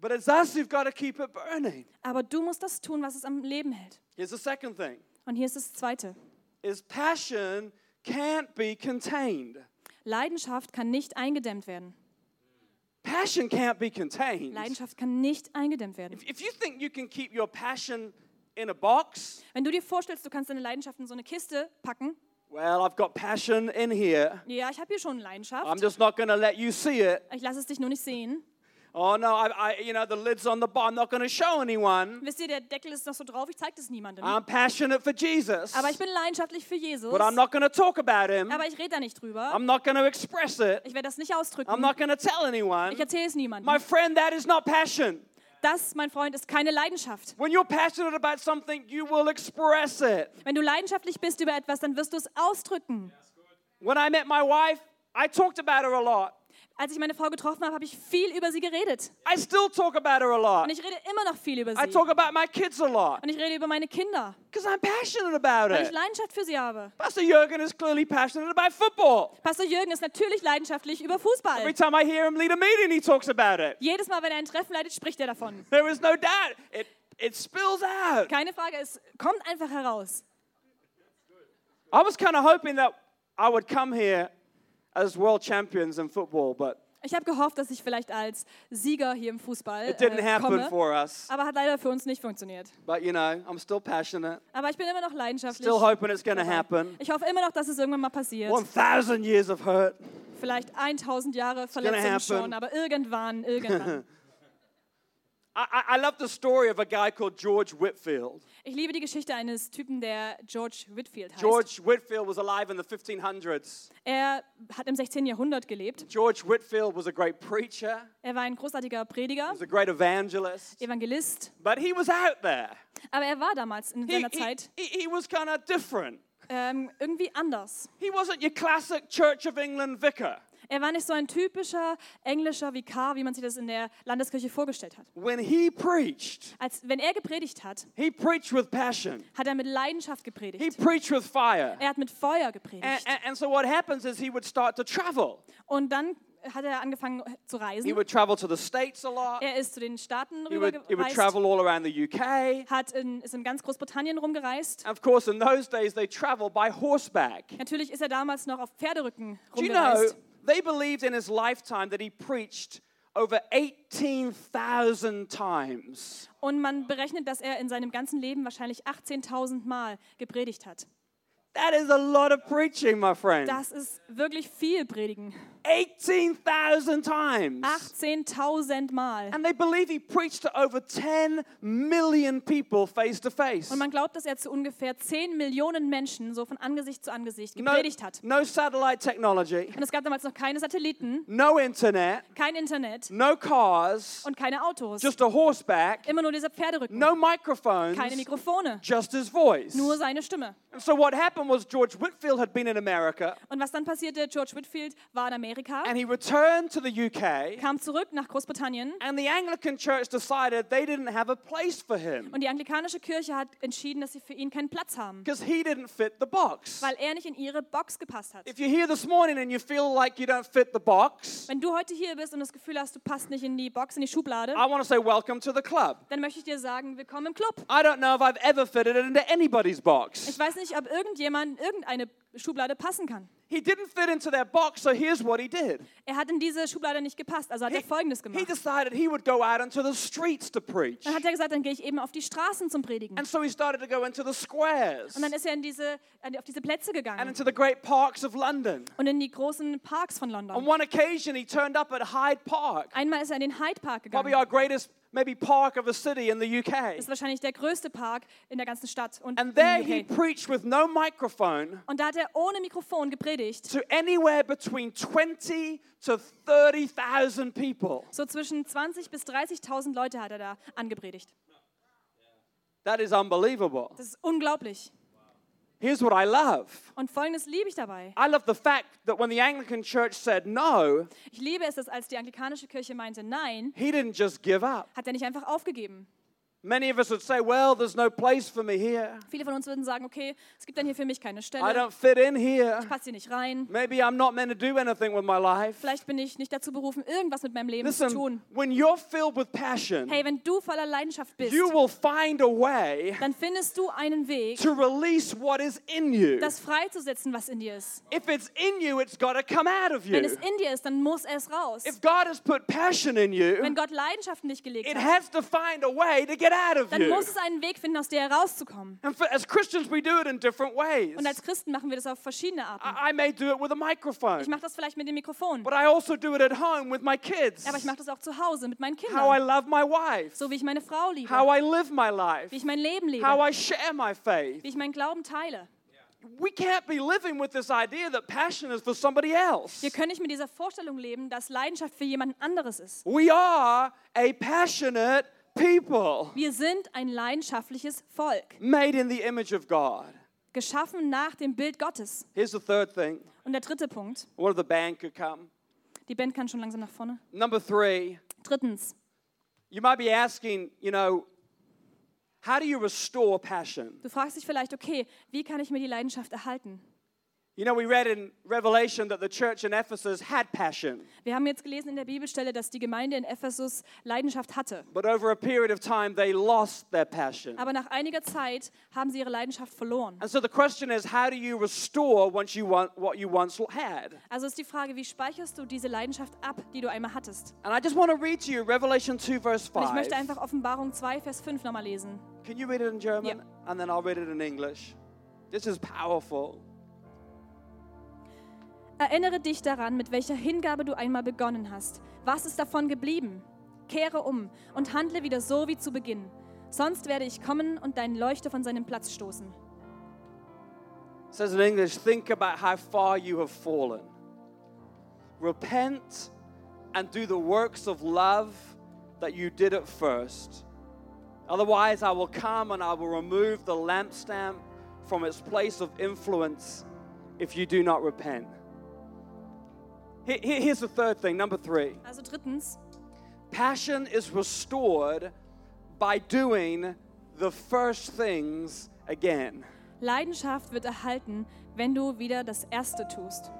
But it's us who've got to keep it burning.
Aber du musst das tun, was es am Leben hält.
Here's the second thing
Und hier ist das Zweite.
is passion can't be contained.
Leidenschaft kann nicht eingedämmt werden.
Passion can't be contained.
Leidenschaft kann nicht eingedämmt werden.
If- If you think you can keep your passion in a box,
Wenn du dir vorstellst, du kannst deine Leidenschaft in so eine Kiste packen,
well, I've got passion in here.
ja, ich habe hier schon eine Leidenschaft,
I'm just not going to let you see it.
ich lasse es dich nur nicht sehen,
Oh no, I, I you know the lid's on the bar. I'm not going to show anyone.
Wisst ihr, der Deckel ist noch so drauf, ich zeige das niemandem.
I'm passionate for Jesus,
Aber ich bin leidenschaftlich für Jesus.
but I'm not going to talk about him.
Aber ich rede da nicht drüber.
I'm not going to express it.
Ich werde das nicht ausdrücken.
I'm not going to tell anyone.
Ich erzähle es niemandem.
My friend, that is not passion.
Das, mein Freund, ist keine Leidenschaft.
When you're passionate about something, you will express it.
Wenn du leidenschaftlich bist über etwas, dann wirst du es ausdrücken.
When I met my wife, I talked about her a lot.
Als ich meine Frau getroffen habe, habe ich viel über sie geredet.
I still talk about her a lot.
Und ich rede immer noch viel über
I
sie.
talk about my kids a lot
Und ich rede über meine Kinder,
because I'm passionate about
weil ich
it.
Leidenschaft für sie habe.
Pastor Jurgen is clearly passionate about football.
Pastor Jürgen ist natürlich leidenschaftlich über
Every
Fußball.
time I hear him lead a meeting, he talks about it.
Jedes Mal, wenn er ein Treffen leitet, spricht er davon.
There is no doubt. It, it spills out.
Keine Frage, es kommt einfach heraus.
I was kind of hoping that I would come here as world champions in football, but
Ich habe gehofft, dass ich vielleicht als Sieger hier im Fußball
it didn't
äh,
happen
komme,
for us.
aber hat leider für uns nicht funktioniert.
But you know, I'm still passionate,
Aber ich bin immer noch leidenschaftlich.
still hoping it's going to
dabei.
happen.
Ich hoffe immer noch, dass es irgendwann mal passiert.
1,000 years of hurt.
Vielleicht 1000 Jahre
gonna
Verletzungen
happen.
schon, aber irgendwann, irgendwann.
I, I, I love the story of a guy called George Whitfield.
Ich liebe die Geschichte eines Typen, der George Whitfield heißt.
George Whitfield was alive in the 1500s.
Er hat im 16. Jahrhundert gelebt.
George Whitfield was a great preacher,
Er war ein großartiger Prediger,
he was a great evangelist,
Evangelist,
but he was out there.
aber er war damals in
He,
seiner
he-
Zeit
he- he was kind of different.
ähm, irgendwie anders.
He wasn't your classic Church of England vicar.
Er war nicht so ein typischer englischer Vikar, wie man sich das in der Landeskirche vorgestellt hat.
When he preached,
Als wenn er gepredigt hat,
he preached with passion,
hat er mit Leidenschaft
he
gepredigt.
preached with fire.
Er hat mit Feuer
And,
gepredigt.
and, and so what happens is he would start to travel.
Und dann hat er angefangen zu
He
reisen.
would travel to the States a lot.
Er ist zu den Staaten
He would, he would
rübergereist,
travel all around the UK.
hat in, ist in ganz Großbritannien rumgereist.
Of course, in those days, they traveled by horseback.
Natürlich ist er damals noch auf Pferderücken
Do you know,
rumgereist.
they believed in his lifetime that he preached over 18,000 times.
Und man berechnet, dass er in seinem ganzen Leben wahrscheinlich 18.000 Mal gepredigt hat.
That is a lot of preaching, my friend.
Das ist wirklich viel Predigen.
18,000 times.
18.000 Mal.
And they believe he preached to over 10 million people face to face.
Und man glaubt, dass er zu ungefähr 10 Millionen Menschen so von Angesicht zu Angesicht
No,
gepredigt hat.
no satellite technology,
Und es gab damals noch keine Satelliten,
no internet,
kein Internet
no cars,
und keine Autos.
just a horseback,
Immer nur dieser Pferderücken,
no microphones,
keine Mikrofone,
just his voice.
nur seine Stimme.
And so what happened was George Whitfield had been in America
Und was dann passierte, George Whitfield war in Amerika,
and he returned to the UK
kam zurück nach Großbritannien
and the Anglican church decided they didn't have a place for him
und die anglikanische Kirche hat entschieden, dass sie für ihn keinen Platz haben,
because he didn't fit the box.
weil er nicht in ihre Box gepasst hat.
If you're here this morning and you feel like you don't fit the box,
Wenn du heute hier bist und das Gefühl hast, du passt nicht in die Box, in die Schublade,
I want to say welcome to the club.
dann möchte ich dir sagen, willkommen im Club.
I don't know if I've ever fitted it into anybody's
Ich
box.
weiß nicht, ob irgendjemand in irgendeine Schublade passen kann.
He didn't fit into their box, so here's what he did.
Er hat in diese Schublade nicht gepasst, also hat
He,
er Folgendes
he
gemacht.
decided he would go out into the streets to preach.
Dann hat er gesagt, dann gehe ich eben auf die Straßen zum Predigen.
And so he started to go into the squares
Und dann ist er in diese, an die- auf diese Plätze
and
gegangen
into the great parks of London.
und in die großen Parks von
On
London.
one occasion, he turned up at Hyde Park,
Einmal ist er in den Hyde Park
probably
gegangen.
our greatest, maybe, park of a city in the
Das ist
UK.
wahrscheinlich der größte Park in der ganzen Stadt und
And
in
there he
UK.
preached with no microphone
Und da hat er ohne Mikrofon gepredigt,
to anywhere between 20 to 30,000 people.
so zwischen 20 bis 30.000 Leute hat er da angepredigt.
That is unbelievable.
Das ist unglaublich.
Here's what I love
Und Folgendes liebe ich dabei.
I love the fact that when the Anglican church said no,
Ich liebe es, dass als die anglikanische Kirche meinte Nein,
he didn't just give up.
hat er nicht einfach aufgegeben.
Many of us would say, Well, there's no place for me here.
Viele von uns würden sagen, okay, es gibt dann hier für mich keine
I
Stelle,
don't fit in here.
ich passe hier nicht rein,
Maybe I'm not meant to do anything with my life.
vielleicht bin ich nicht dazu berufen, irgendwas mit meinem Leben zu
Listen,
tun.
when you're filled with passion,
Hey, wenn du voller Leidenschaft bist,
you will find a way
dann findest du einen Weg,
to release what is in you.
das freizusetzen, was in dir ist.
If it's in you, it's got to come out of
Wenn es
you.
in dir ist, dann muss es raus.
If God has put passion in
Wenn
you,
Gott Leidenschaft in dich gelegt
it
hat,
has to find a way to get out of
dann
you.
muss es einen Weg finden, aus der herauszukommen.
And for, as Christians, we do it in different ways.
Und als Christen machen wir das auf verschiedene Arten.
I, I may do it with a microphone,
Ich mache das vielleicht mit dem Mikrofon,
but I also do it at home with my kids.
aber ich mache das auch zu Hause mit meinen
how I
Kindern,
love my wife,
so wie ich meine Frau liebe,
how I live my life,
wie ich mein Leben
how
lebe,
I share my faith.
wie ich meinen Glauben teile.
We can't be living with this idea that passion is for somebody else.
Wir können nicht mit dieser Vorstellung leben, dass Leidenschaft für jemanden anderes ist.
We are a passionate people
Wir sind ein leidenschaftliches Volk,
made in the image of God.
geschaffen nach dem Bild Gottes.
Here's the third thing.
Und der dritte Punkt,
One of the band could come.
die Band kann schon langsam nach vorne.
Number three,
Drittens,
you might be asking, you know, how do you restore passion?
du fragst dich vielleicht, okay, wie kann ich mir die Leidenschaft erhalten?
You know, we read in Revelation that the church in Ephesus had passion,
Wir haben jetzt gelesen in der Bibelstelle, dass die Gemeinde in Ephesus Leidenschaft hatte.
but over a period of time they lost their passion.
Aber nach einiger Zeit haben sie ihre Leidenschaft verloren.
And so the question is, how do you restore once you want what you once had?
Also ist die Frage, wie speicherst du diese Leidenschaft ab, die du einmal hattest?
And I just want to read to you Revelation 2, verse
Und ich
5.
möchte einfach Offenbarung 2, Vers 5 nochmal lesen.
Can you read it in German?
Yep.
And then I'll read it in English. This is powerful.
Erinnere dich daran, mit welcher Hingabe du einmal begonnen hast. Was ist davon geblieben? Kehre um und handle wieder so wie zu Beginn. Sonst werde ich kommen und deinen Leuchter von seinem Platz stoßen.
It says in English, think about how far you have fallen. Repent and do the works of love that you did at first. Otherwise, I will come and I will remove the lampstand from its place of influence if you do not repent. Here- here- Here's the third thing, number three.
Also drittens,
Passion is restored by doing the first things again.
Leidenschaft wird erhalten, wenn du wieder das Erste tust.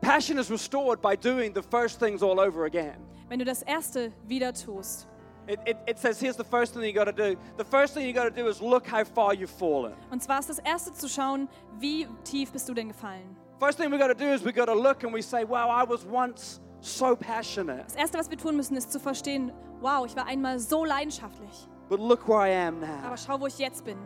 Passion is restored by doing the first things all over again.
Wenn du das Erste wieder tust.
It, it, it says here's the first thing you got to do. The first thing you got to do is look how far you've fallen.
Und zwar ist das Erste zu schauen, wie tief bist du denn gefallen.
First thing we got to do is we got to look and we say, wow, I was once so passionate,
Das Erste, was wir tun müssen, ist zu verstehen, wow, ich war einmal so leidenschaftlich.
but look where I am
Aber
now.
schau, wo ich jetzt bin.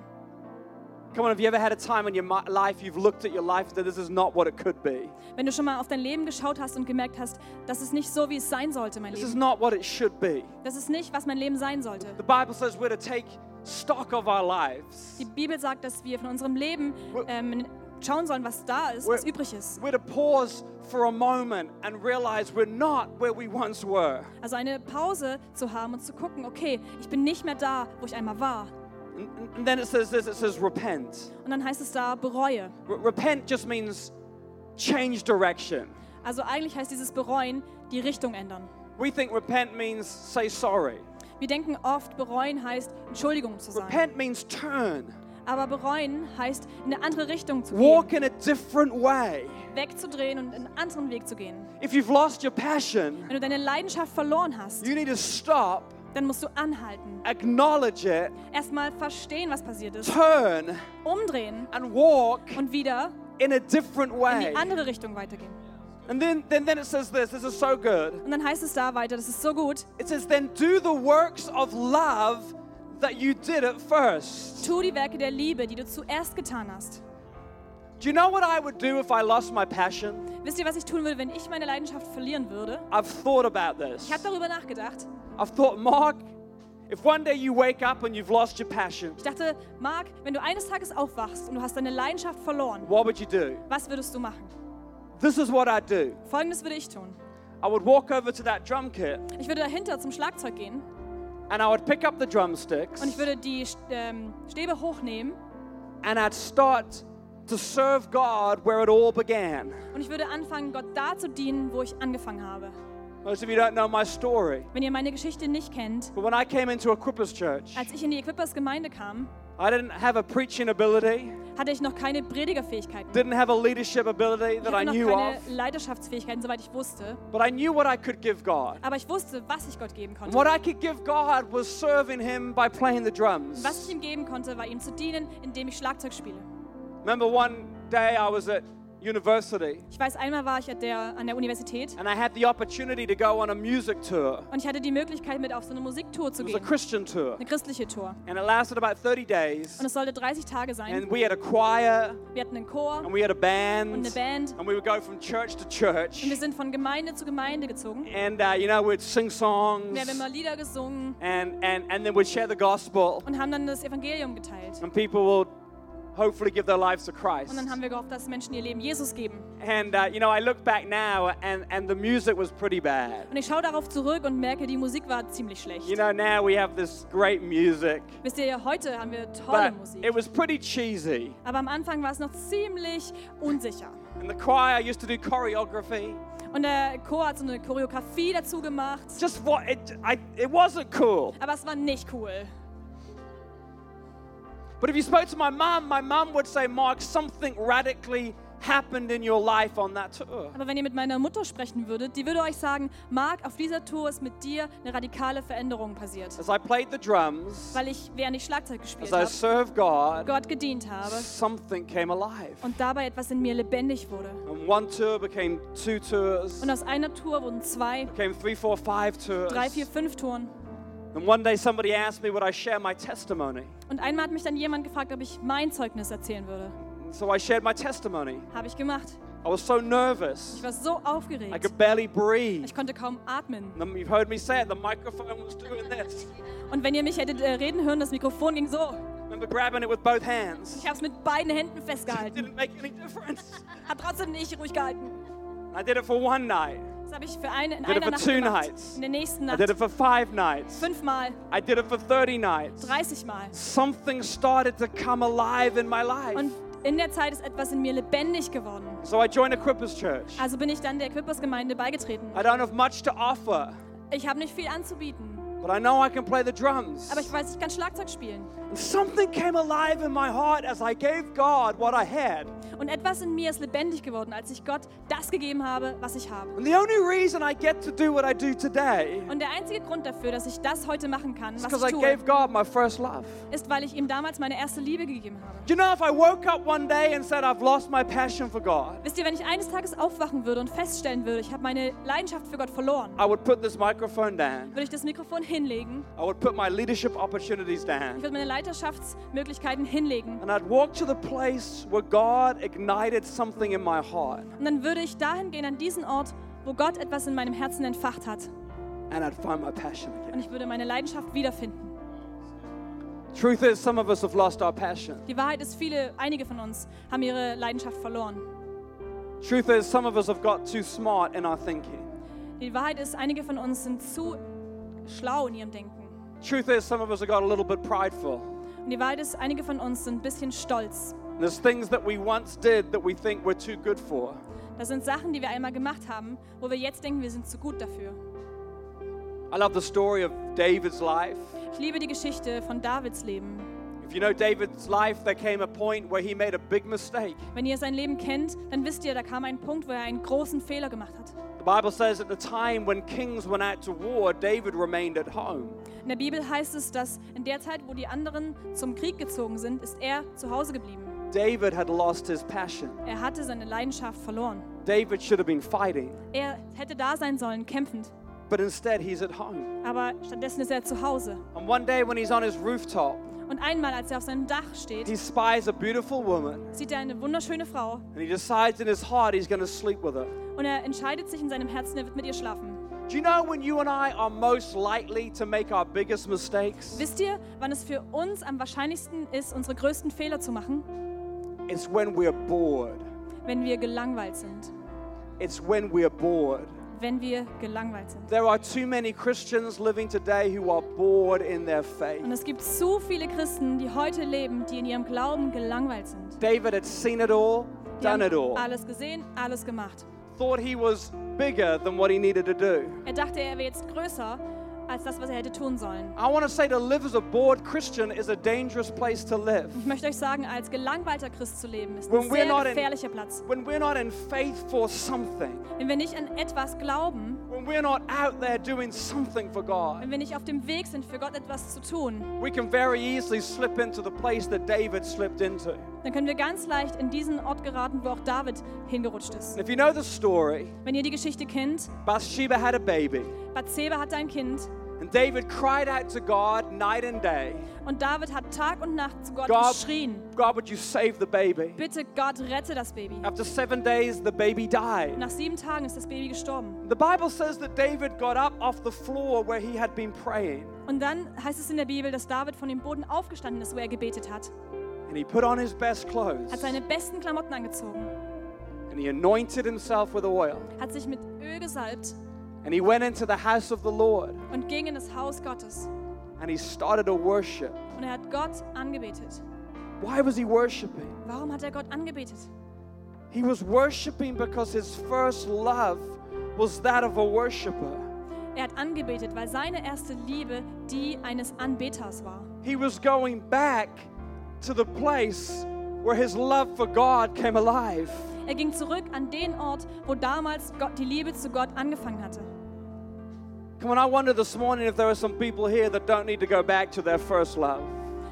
Come on, have you ever had a time in your mi- life you've looked at your life and said, this is not what it could be?
Wenn du schon mal auf dein Leben geschaut hast und gemerkt hast, das ist nicht so, wie es sein sollte, mein
This is
Leben.
not what it should be.
Das ist nicht, was mein Leben sein sollte.
The Bible says we're to take stock of our lives.
Die Bibel sagt, dass wir von unserem Leben ähm, schauen sollen, was da ist, was übrig ist.
We're to pause for a moment and realize we're not where we once were.
Also eine Pause zu haben und zu gucken, okay, ich bin nicht mehr da, wo ich einmal war.
And, and then it says this it says, repent.
Und dann heißt es da, bereue.
Re- repent just means change direction.
Also eigentlich heißt dieses Bereuen, die Richtung ändern.
We think repent means say sorry.
Wir denken oft, bereuen heißt, Entschuldigung zu sein.
Repent means turn,
Aber bereuen heißt, in eine andere Richtung zu
walk
gehen,
in a different way.
wegzudrehen und einen anderen Weg zu gehen.
If you've lost your passion,
Wenn du deine Leidenschaft verloren hast,
you need to stop,
dann musst du anhalten.
acknowledge it,
Erstmal verstehen, was passiert ist,
turn,
umdrehen
and walk
und wieder
in a different
in
way.
die andere Richtung weitergehen.
And then, then, then it says this this is so good.
Und dann heißt es da weiter, das ist so gut,
It says, then do the works of love that you did at first.
tu die Werke der Liebe, die du zuerst getan hast.
Do you know what I would do if I lost my passion?
Wisst ihr, was ich tun würde, wenn ich meine Leidenschaft verlieren würde?
I've thought about this.
Ich habe darüber nachgedacht.
I've thought, Mark, if one day you wake up and you've lost your passion,
Ich dachte, Marc, wenn du eines Tages aufwachst und du hast deine Leidenschaft verloren,
what would you do?
was würdest du machen?
This is what I'd do.
Folgendes würde ich tun.
I would walk over to that drum kit
Ich würde dahinter zum Schlagzeug gehen
and I would pick up the drumsticks
und ich würde die ähm, Stäbe hochnehmen
and I'd start to serve God where it all began.
Und ich würde anfangen, Gott da zu dienen, wo ich angefangen habe.
Most of you don't know my story,
Wenn ihr meine Geschichte nicht kennt,
but when I came into Equippers Church,
als ich in die Equippers Gemeinde kam,
I didn't have a preaching ability,
hatte ich noch keine Predigerfähigkeiten.
didn't have a leadership ability
Ich
that I
hatte noch
knew
keine
of,
Leidenschaftsfähigkeiten, soweit ich wusste.
but I knew what I could give God.
Aber ich wusste, was ich Gott geben
And
konnte.
what I could give God was serving Him by playing the drums.
Was ich ihm geben konnte, war ihm zu dienen, indem ich Schlagzeug spiele.
Remember one day I was at university
Ich weiß, einmal war ich an der, an der Universität
and I had the opportunity to go on a music tour.
und ich hatte die Möglichkeit, mit auf so eine Musiktour zu
It was a
gehen.
Christian tour
Eine christliche Tour.
and it lasted about 30 days.
Und es sollte 30 Tage
And
sein.
we had a choir
Wir hatten einen
and
Chor
we had a
und eine
band
Band
and we would go from church to
und wir
church.
sind von Gemeinde zu Gemeinde gezogen.
And uh, you know, we'd sing songs
Wir haben immer Lieder gesungen
and, and, and then we'd share the gospel
und haben dann das Evangelium geteilt.
and people will hopefully give their lives to Christ.
Und dann haben wir gehofft, dass Menschen ihr Leben Jesus geben.
And uh, you know, I look back now and, and the music was pretty bad.
Und ich schaue darauf zurück und merke, die Musik war ziemlich schlecht.
You know, now we have this great music,
Wisst ihr, heute haben wir tolle
but
Musik.
it was pretty cheesy.
Aber am Anfang war es noch ziemlich unsicher.
And the choir used to do choreography.
Und der Chor hat so eine Choreografie dazu gemacht.
Just what it, I, it wasn't cool.
Aber es war nicht cool.
But if you spoke to my mom, my mom would say, Mark, something radically happened in your life on that tour.
Aber wenn ihr mit meiner Mutter sprechen würdet, die würde euch sagen, Marc, auf dieser Tour ist mit dir eine radikale Veränderung passiert.
As I played the drums,
Weil ich, während ich Schlagzeug gespielt
as I
habe,
served God,
Gott gedient habe
something came alive.
und dabei etwas in mir lebendig wurde.
And one tour became two tours,
Und aus einer Tour wurden zwei,
became three, four, five tours.
drei, vier, fünf Touren.
And one day somebody asked me, would I share my testimony?
Und einmal hat mich dann jemand gefragt, ob ich mein Zeugnis erzählen würde.
And so I shared my testimony.
Habe ich gemacht.
I was so nervous.
Ich war so
I
aufgeregt.
could barely breathe.
Ich konnte kaum atmen.
And then You've heard me say it, the microphone was doing this.
Und wenn ihr mich hättet äh, reden hören, das Mikrofon ging so.
I remember grabbing it with both hands.
Ich habe es mit beiden Händen
It
festgehalten.
didn't make any difference.
Hab trotzdem nicht ruhig gehalten.
I did it for one night.
Das habe ich für eine, in
Did it for
einer Nacht
two
gemacht.
nights.
In der nächsten
I
Nacht.
did it for five nights.
Fünfmal,
I did it for 30 nights.
30 Mal.
Something started to come alive in my life.
Und in der Zeit ist etwas in mir lebendig geworden.
So I joined Equippers Church.
Also bin ich dann der Equippers-Gemeinde beigetreten.
I don't have much to offer,
Ich habe nicht viel anzubieten.
but I know I can play the drums.
Aber ich weiß, ich kann Schlagzeug spielen.
And something came alive in my heart as I gave God what I had.
Und etwas in mir ist lebendig geworden, als ich Gott das gegeben habe, was ich habe.
And the only reason I get to do what I do today
Und der einzige Grund dafür, dass ich das heute machen kann,
is
was
because
ich
I
tue,
gave God my first love.
ist, weil ich ihm damals meine erste Liebe gegeben habe.
Do you know if I woke up one day and said, I've lost my passion for God,
Wisst ihr, wenn ich eines Tages aufwachen würde und feststellen würde, ich habe meine Leidenschaft für Gott verloren,
I would put this microphone down.
würde ich das Mikrofon hinlegen,
I would put my leadership opportunities
ich
down.
würde meine Leiterschaftsmöglichkeiten hinlegen
And I'd walk to the place where God ignited something in my heart.
und dann würde ich dahin gehen an diesen Ort, wo Gott etwas in meinem Herzen entfacht hat
And I'd find my passion
und
again.
ich würde meine Leidenschaft wiederfinden.
Truth is, some of us have lost our passion.
Die Wahrheit ist, viele, einige von uns haben ihre Leidenschaft verloren.
Truth is, some of us have got too smart in our thinking.
Die Wahrheit ist, einige von uns sind zu schlau in ihrem Denken.
Truth is, some of us have got a little bit prideful.
Und die Wahrheit ist, einige von uns sind ein bisschen stolz.
There's things that we once did that we think we're too good for.
Das sind Sachen, die wir einmal gemacht haben, wo wir jetzt denken, wir sind zu gut dafür.
I love the story of David's life.
Ich liebe die Geschichte von Davids Leben.
If you know David's life, there came a point where he made a big mistake.
Wenn ihr sein Leben kennt, dann wisst ihr, da kam ein Punkt, wo er einen großen Fehler gemacht hat.
The Bible says at the time when kings went out to war, David remained at home.
In der Bibel heißt es, dass in der Zeit, wo die anderen zum Krieg gezogen sind, ist er zu Hause geblieben.
David had lost his passion.
Er hatte seine Leidenschaft verloren.
David should have been fighting,
Er hätte da sein sollen, kämpfend.
but instead he's at home.
Aber stattdessen ist er zu Hause.
And one day when he's on his rooftop,
Und einmal, als er auf seinem Dach
he
steht,
spies a beautiful woman
sieht er eine wunderschöne Frau
and he decides in his heart he's going to sleep with her.
und er entscheidet sich in seinem Herzen, er wird mit ihr schlafen.
Do you know when you and I are most likely to make our biggest mistakes?
Wisst ihr, wann es für uns am wahrscheinlichsten ist, unsere größten Fehler zu machen?
It's when we're bored.
Wenn wir gelangweilt sind.
It's when we're bored.
wenn wir gelangweilt sind.
There are too many Christians living today who are bored in their
Und
faith.
es gibt so viele Christen, die heute leben, die in ihrem Glauben gelangweilt sind.
David had seen it all,
Die
done it all,
haben alles gesehen, alles gemacht.
thought he was bigger than what he needed to do.
Er dachte, er wäre jetzt größer als das, was er hätte tun sollen.
I want to say to live as a bored Christian is a dangerous place to live.
Ich möchte euch sagen, als gelangweilter Christ zu leben, ist
When
ein
we're not
sehr
in-
gefährlicher Platz.
When we're not in faith for something,
Wenn wir nicht an etwas glauben,
when we're not out there doing something for God,
wenn wir nicht auf dem Weg sind, für Gott etwas zu tun,
we can very easily slip into the place that David slipped into.
dann können wir ganz leicht in diesen Ort geraten, wo auch David hingerutscht ist.
And if you know the story,
Wenn ihr die Geschichte kennt,
Bathsheba had a baby,
Bathseba hatte ein Kind
and David cried out to God night and day,
und David hat Tag und Nacht zu Gott
God-
geschrien.
God, would you save the baby?
Bitte Gott, rette das Baby.
After seven days, the baby died.
Nach sieben Tagen ist das Baby gestorben.
The Bible says that David got up off the floor where he had been praying
Und dann heißt es in der Bibel, dass David von dem Boden aufgestanden ist, wo er gebetet hat.
and he put on his best clothes
Hat seine besten Klamotten angezogen,
and he anointed himself with oil
hat sich mit Öl gesalbt
and he went into the house of the Lord
und ging in das Haus Gottes.
and he started to worship.
Und er hat Gott angebetet.
Why was he worshiping?
Warum hat er Gott angebetet?
He was worshiping because his first love was that of a worshiper.
Er hat angebetet, weil seine erste Liebe die eines Anbeters war.
He was going back to the place where his love for God came alive.
Er ging zurück an den Ort, wo damals Gott, die Liebe zu Gott angefangen hatte.
Come on, I wonder this morning if there are some people here that don't need to go back to their first love.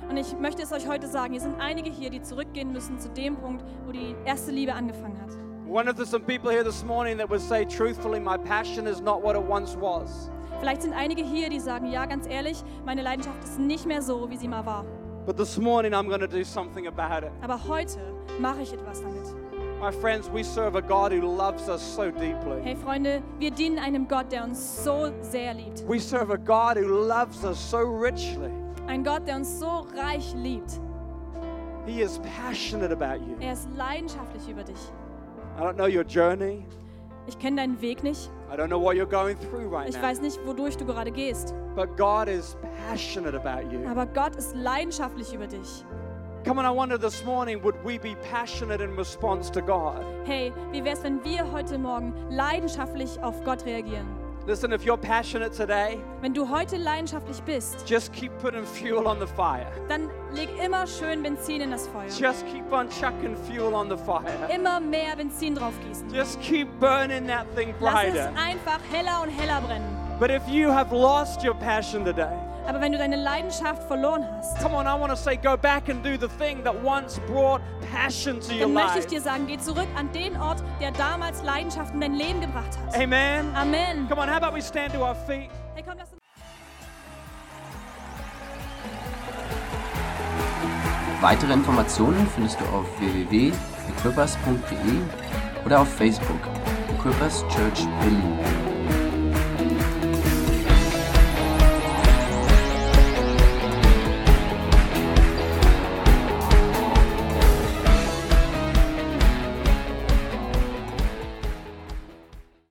Und ich möchte es euch heute sagen, hier sind einige hier, die zurückgehen müssen zu dem Punkt, wo die erste Liebe angefangen hat.
I wonder if there's some people here this morning that would say, truthfully, my passion is not what it once was.
Vielleicht sind einige hier, die sagen, ja, ganz ehrlich, meine Leidenschaft ist nicht mehr so, wie sie mal war.
But this morning, I'm going to do something about it.
Aber heute mache ich etwas damit.
My friends, we serve a God who loves us so deeply.
Hey Freunde, wir dienen einem Gott, der uns so sehr liebt.
We serve a God who loves us so richly.
Ein Gott, der uns so reich liebt.
He is passionate about you.
Er ist leidenschaftlich über dich.
I don't know your journey.
Ich kenne deinen Weg nicht.
I don't know what you're going through right
Ich
now.
weiß nicht, wodurch du gerade gehst.
But God is passionate about you.
Aber Gott ist leidenschaftlich über dich.
Come on, I wonder this morning would we be passionate in response to God?
Hey, wie wär's, wenn wir heute Morgen leidenschaftlich auf Gott reagieren?
Listen, if you're passionate today,
Wenn du heute leidenschaftlich bist,
just keep putting fuel on the fire.
dann leg immer schön Benzin in das Feuer.
Just keep on chucking fuel on the fire.
Immer mehr Benzin draufgießen.
Just keep burning that thing
Lass es
brighter.
einfach heller und heller brennen.
But if you have lost your passion today,
Aber wenn du deine Leidenschaft verloren hast,
come on, I want to say go back and do the thing that once brought passion to your
dann möchte ich
life.
dir sagen, geh zurück an den Ort, der damals Leidenschaft in dein Leben gebracht hat.
Amen.
Amen.
Come on, how about we stand to our feet?
Hey, komm, lass uns
Weitere Informationen findest du auf www.equippers.de oder auf Facebook Equippers Church Berlin.